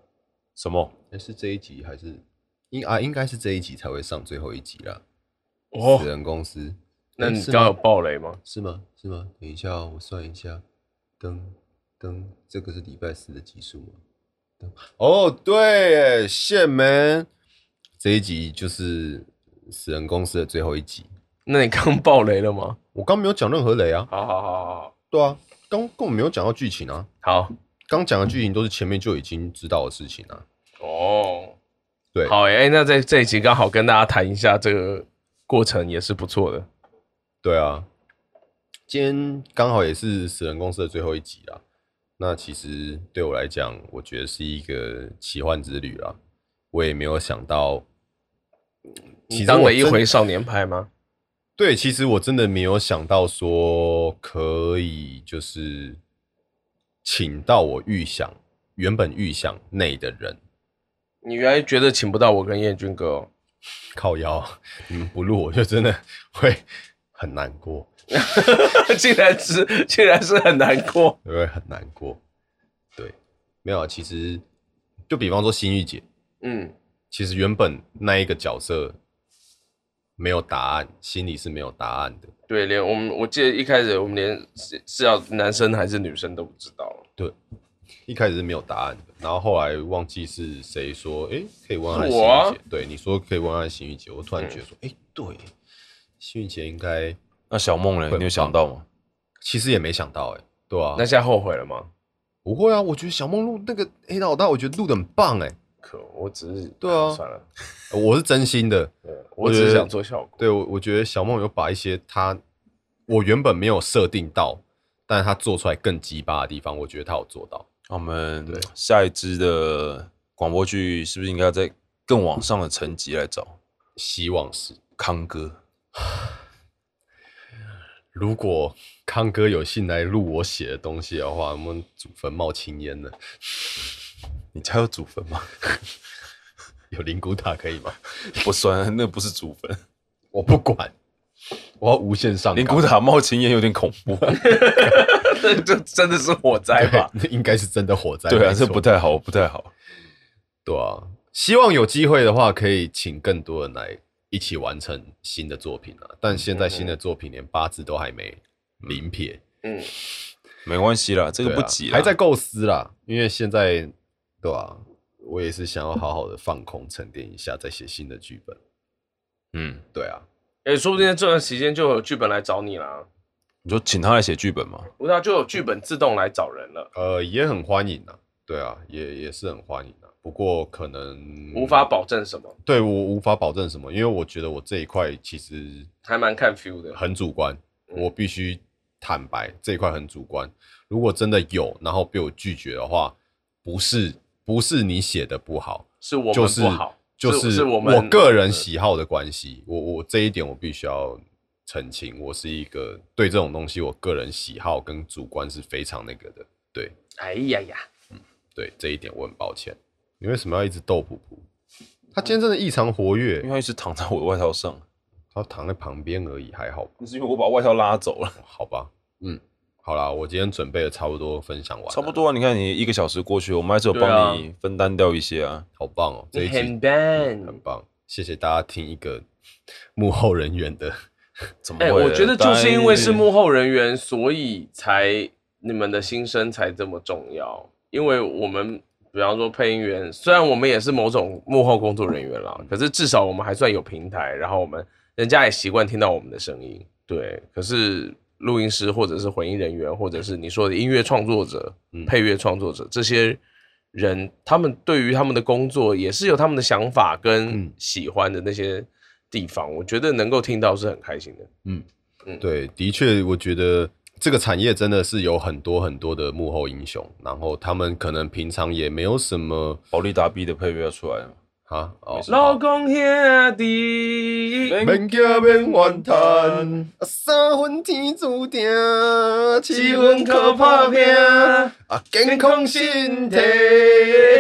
Speaker 2: 什么？
Speaker 1: 哎、是这一集还是应啊？应该是这一集才会上最后一集啦。
Speaker 3: 哦
Speaker 1: 死人公司，
Speaker 3: 那
Speaker 1: 诶
Speaker 3: 你
Speaker 1: 是
Speaker 3: 刚刚有
Speaker 1: 吗
Speaker 3: 爆雷吗？
Speaker 1: 是吗？是吗？等一下、哦，我算一下。噔噔，这个是礼拜四的集数吗？噔，哦，对耶，谢门，这一集就是死人公司的最后一集。
Speaker 3: 那你刚刚爆雷了吗？
Speaker 1: 我刚没有讲任何雷啊，
Speaker 3: [LAUGHS] 好好好好
Speaker 1: 对啊，刚根本没有讲到剧情啊，
Speaker 3: 好，好
Speaker 1: 刚讲的剧情都是前面就已经知道的事情啊。
Speaker 3: 哦，
Speaker 1: 对
Speaker 3: 好哎、那在这一集刚好跟大家谈一下这个过程也是不错的。
Speaker 1: 对啊，今天刚好也是死人公司的最后一集啦。那其实对我来讲，我觉得是一个奇幻之旅啦。我也没有想到，嗯其
Speaker 3: 你
Speaker 1: 实
Speaker 3: 当
Speaker 1: 我
Speaker 3: 了一
Speaker 1: 真
Speaker 3: 回少年派吗？
Speaker 1: 对，其实我真的没有想到说可以就是请到我预想原本预想内的人
Speaker 3: 你原来觉得请不到我跟彦君哥、哦，
Speaker 1: 靠腰，你们不录我就真的 [LAUGHS] 会很难过， [LAUGHS]
Speaker 3: 竟然是竟然是很难过。
Speaker 1: 我会很难过。对，没有啊，其实就比方说心玉姐，
Speaker 3: 嗯
Speaker 1: 其实原本那一个角色没有答案，心里是没有答案的。，
Speaker 3: 对，连我们我记得一开始我们连是是要男生还是女生都不知道了。
Speaker 1: 对，一开始是没有答案的，然后后来忘记是谁说，诶，可以问按
Speaker 3: 是
Speaker 1: 心
Speaker 3: 我啊
Speaker 1: 玉姐。对，你说可以问按心玉姐，我突然觉得说，诶，对，心玉姐应该
Speaker 2: 那小梦嘞，
Speaker 1: 会
Speaker 2: 你有想到吗？
Speaker 1: 其实也没想到、诶，对啊
Speaker 3: 那，现在后悔了吗？
Speaker 1: 不会啊，我觉得小梦录那个黑老大，我觉得录的很棒、诶。
Speaker 3: 可恶，我只是
Speaker 1: 对啊
Speaker 3: 算了，
Speaker 1: 我是真心的。
Speaker 3: 对我只
Speaker 1: 觉
Speaker 3: 是
Speaker 1: 得
Speaker 3: 想做效果。
Speaker 1: 对我，我觉得小梦有把一些他我原本没有设定到，但是他做出来更鸡巴的地方，我觉得他有做到。
Speaker 2: 那我们
Speaker 1: 对
Speaker 2: 下一支的广播剧是不是应该在更往上的层级来找
Speaker 1: 希望是，
Speaker 2: 康哥？
Speaker 1: 如果康哥有幸来录我写的东西的话，我们祖坟冒青烟了，
Speaker 2: 你家有祖坟
Speaker 1: [LAUGHS]
Speaker 2: 吗？
Speaker 1: 有灵骨塔可以吗？
Speaker 2: 不算，那不是祖
Speaker 1: [LAUGHS]
Speaker 2: 坟。
Speaker 1: 我不管，我要无限上
Speaker 2: 灵骨塔冒青烟有点恐
Speaker 1: [LAUGHS]
Speaker 2: 怖，
Speaker 3: 这这真的是火灾吧
Speaker 1: 吧？？那应该是真的火灾。
Speaker 2: [LAUGHS] 对啊，
Speaker 1: 没
Speaker 2: 这
Speaker 1: 错
Speaker 2: 不太好，不太好。
Speaker 1: 对啊。希望有机会的话，可以请更多人来一起完成新的作品啊！但现在新的作品连八字都还没零撇，
Speaker 3: 嗯，
Speaker 2: 没关系啦，这个
Speaker 1: 对
Speaker 2: 不
Speaker 1: 啊
Speaker 2: 急啦，
Speaker 1: 还在构思啦，因为现在对吧、啊我也是想要好好的放空沉淀一下，再写新的剧本。
Speaker 2: 嗯，
Speaker 1: 对啊，
Speaker 3: 哎、说不定这段时间就有剧本来找你啦，
Speaker 2: 你说请他来写剧本吗？
Speaker 3: 不知道就有剧本自动来找人了，
Speaker 1: 呃，也很欢迎啊，对啊，也也是很欢迎啊。不过可能
Speaker 3: 无法保证什么，
Speaker 1: 对我无法保证什么，因为我觉得我这一块其实
Speaker 3: 还蛮看 feel 的。
Speaker 1: 很主观，
Speaker 2: 嗯
Speaker 1: 我必须坦白这一块很主观。如果真的有，然后被我拒绝的话，不是不是你写的不好，
Speaker 3: 是我们
Speaker 1: 就是
Speaker 3: 不好，
Speaker 1: 就是
Speaker 3: 是我们
Speaker 1: 我个人喜好的关系。我我这一点我必须要澄清，我是一个对这种东西我个人喜好跟主观是非常那个的。对
Speaker 3: 哎呀呀，
Speaker 1: 对，这一点我很抱歉。你为什么要一直逗普普？他今天真的异常活跃
Speaker 2: 因为，他一直躺在我的外套上，
Speaker 1: 他躺在旁边而已，还好吧。
Speaker 2: 那是因为我把外套拉走了。
Speaker 1: 好吧，嗯，好啦，我今天准备的差不多分享完，
Speaker 2: 差不，多啊，你看你一个小时过去，我们还是有
Speaker 3: 对啊
Speaker 2: 帮你分担掉一些啊。
Speaker 1: 好棒哦，这
Speaker 3: 你
Speaker 1: 一
Speaker 3: 很
Speaker 1: 集
Speaker 3: 棒。
Speaker 1: 很棒，谢谢大家听一个 [LAUGHS] 幕后人员的，
Speaker 2: 怎么
Speaker 3: 哎、
Speaker 2: 会？
Speaker 3: 我觉得就
Speaker 2: 当然
Speaker 3: 是因为是幕后人员，所以才你们的心声才这么重要。因为我们比方说配音员，虽然我们也是某种幕后工作人员啦，可是至少我们还算有平台，然后我们人家也习惯听到我们的声音。对，可是录音师或者是混音人员，或者是你说的音乐创作者、
Speaker 1: 嗯
Speaker 3: 配乐创作者这些人，他们对于他们的工作也是有他们的想法跟
Speaker 1: 嗯
Speaker 3: 喜欢的那些地方，我觉得能够听到是很开心的。
Speaker 1: 对，的确，我觉得这个产业真的是有很多很多的幕后英雄，然后他们可能平常也没有什么
Speaker 2: 保利达 B 的配乐要出来了嘛。
Speaker 1: 啊，哦，
Speaker 3: 老公兄弟，
Speaker 1: 免叫免怨叹，三分天注定，七分靠打拼。啊，健康身体，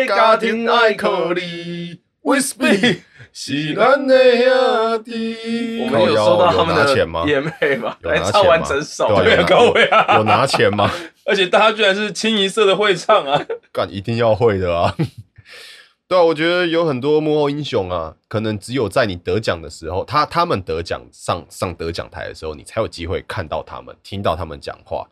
Speaker 1: 家庭爱靠你。Whisby 是咱的兄弟。
Speaker 3: 我们有收到他们
Speaker 1: 有拿
Speaker 3: 的
Speaker 1: 钱吗？
Speaker 3: 眼泪吗？
Speaker 1: 有拿钱吗
Speaker 3: 唱完整首，
Speaker 1: 对啊
Speaker 2: 高伟啊，
Speaker 1: 有拿钱吗？
Speaker 2: 而且大家居然是清一色的会唱啊。
Speaker 1: 干，一定要会的啊！ [LAUGHS] 对啊，我觉得有很多幕后英雄啊，可能只有在你得奖的时候，他他们得奖上上得奖台的时候，你才有机会看到他们，听到他们讲话。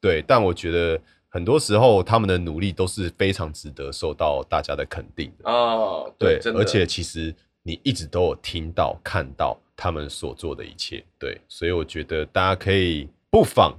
Speaker 1: 对，但我觉得很多时候他们的努力都是非常值得受到大家的肯定的。
Speaker 3: 哦，
Speaker 1: 对，
Speaker 3: 真的
Speaker 1: 而且其实你一直都有听到、看到他们所做的一切。对，所以我觉得大家可以不妨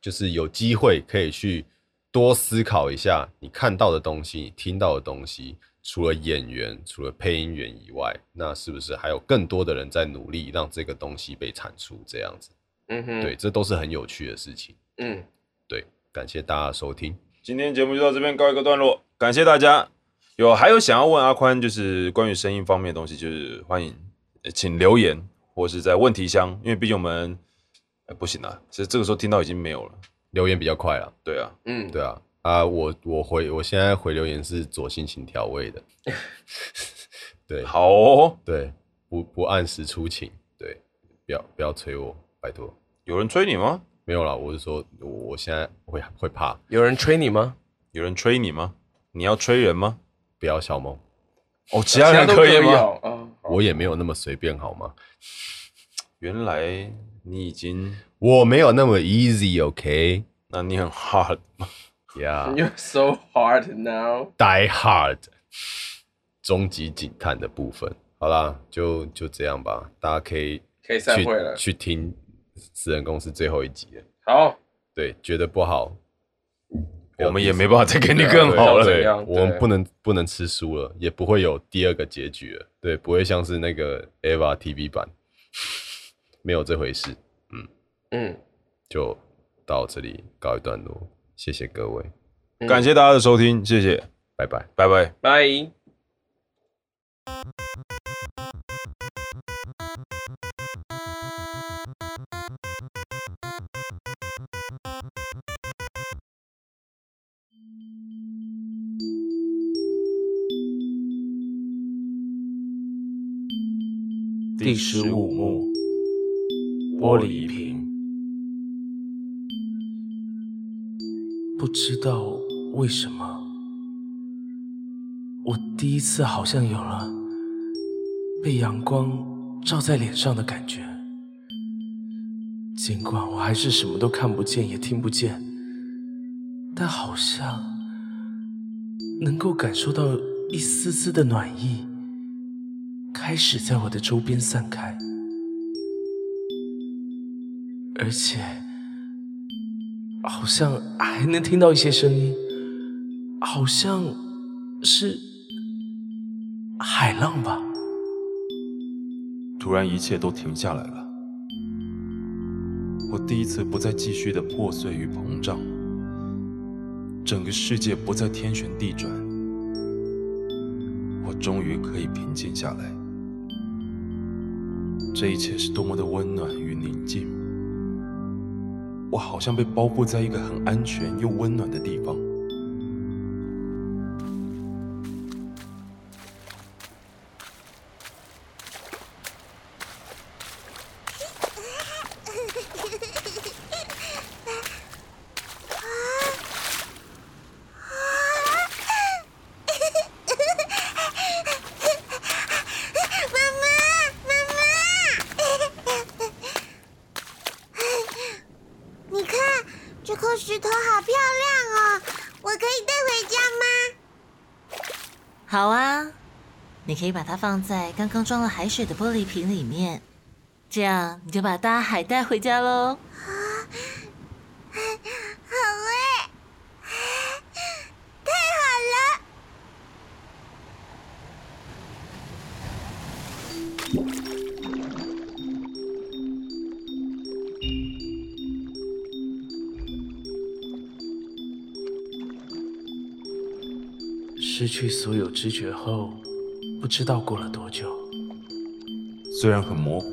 Speaker 1: 就是有机会可以去多思考一下你看到的东西、你听到的东西。除了演员、除了配音员以外，那是不是还有更多的人在努力让这个东西被产出？这样子，
Speaker 3: 嗯哼，
Speaker 1: 对，，这都是很有趣的事情。
Speaker 3: 嗯，
Speaker 1: 对，感谢大家的收听。
Speaker 2: [LAUGHS] 今天节目就到这边告一个段落，感谢大家。有还有想要问阿宽，就是关于声音方面的东西，就是欢迎呃请留言或是在问题箱，因为毕竟我们、呃不行啊，其实这个时候听到已经没有了。
Speaker 1: 留言比较快了，
Speaker 2: 对啊，
Speaker 3: 嗯，
Speaker 1: 对啊，啊，我我回我现在回留言是左心情调味
Speaker 3: [LAUGHS]
Speaker 1: 的，对
Speaker 2: 好哦、
Speaker 1: 对，不不按时出勤，对，不要不要催我，拜托，
Speaker 2: 有人催你吗？
Speaker 1: 没有啦，我是说我我现在会会怕，
Speaker 3: 有人吹你吗？
Speaker 2: 有人催你吗？你要催人吗？
Speaker 1: 不要小梦，
Speaker 2: 哦，其他人
Speaker 3: 都
Speaker 2: 可以吗？
Speaker 3: 哦哦好
Speaker 1: 我也没有那么随便好吗？
Speaker 2: 原来你已经，
Speaker 1: 我没有那么 easy，OK，yeah，、
Speaker 2: [LAUGHS]
Speaker 3: [LAUGHS]
Speaker 2: 那你很 hard。
Speaker 3: You're so hard now。
Speaker 1: Die Hard [LAUGHS] 终极警探的部分。好啦，就就这样吧，大家可以
Speaker 3: 可以
Speaker 1: 去
Speaker 3: 散会了
Speaker 1: 去听私人公司最后一集了。
Speaker 3: 好，
Speaker 1: 对，觉得不好，
Speaker 2: 我们也没办法再给你更
Speaker 3: 对啊
Speaker 2: 好了。
Speaker 1: 对
Speaker 3: 怎样
Speaker 1: 我们
Speaker 3: 对
Speaker 1: 不能不能吃书了，也不会有第二个结局了。对，不会像是那个 Eva TV 版，没有这回事。
Speaker 3: 嗯
Speaker 1: 就到这里告一段落，谢谢各位，
Speaker 2: 感谢大家的收听，谢谢，
Speaker 1: 拜拜。
Speaker 2: 拜拜。
Speaker 3: ，Bye。
Speaker 4: 第十五幕，玻璃瓶。不知道为什么，我第一次好像有了被阳光照在脸上的感觉。尽管我还是什么都看不见，也听不见，但好像能够感受到一丝丝的暖意开始在我的周边散开，而且好像还能听到一些声音，好像是海浪吧。
Speaker 5: 突然一切都停下来了。我第一次不再继续的破碎与膨胀，整个世界不再天旋地转，我终于可以平静下来。这一切是多么的温暖与宁静，我好像被包覆在一个很安全又温暖的地方。
Speaker 6: 妈妈，妈妈， [LAUGHS] 你看这颗石头好漂亮哦，我可以带回家吗？
Speaker 7: 好啊，你可以把它放在刚刚装了海水的玻璃瓶里面，这样你就把大海带回家喽。
Speaker 6: 好哎，太好了！
Speaker 4: 失去所有知觉后，不知道过了多久，
Speaker 5: 虽然很模糊，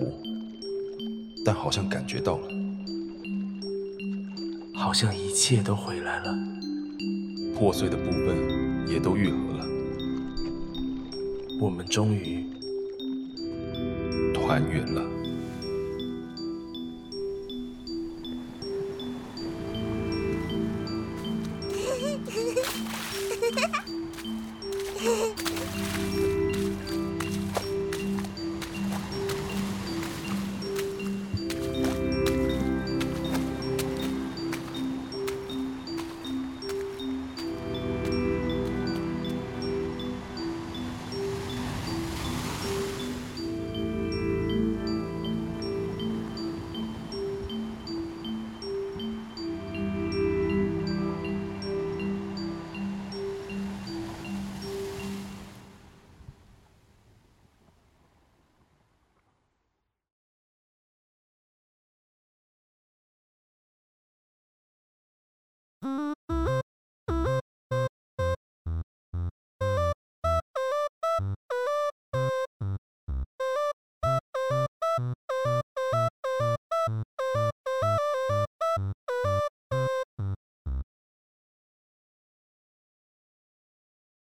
Speaker 5: 但好像感觉到了。
Speaker 4: 好像一切都回来了。
Speaker 5: 破碎的部分也都愈合了，
Speaker 4: 我们终于
Speaker 5: 团圆了。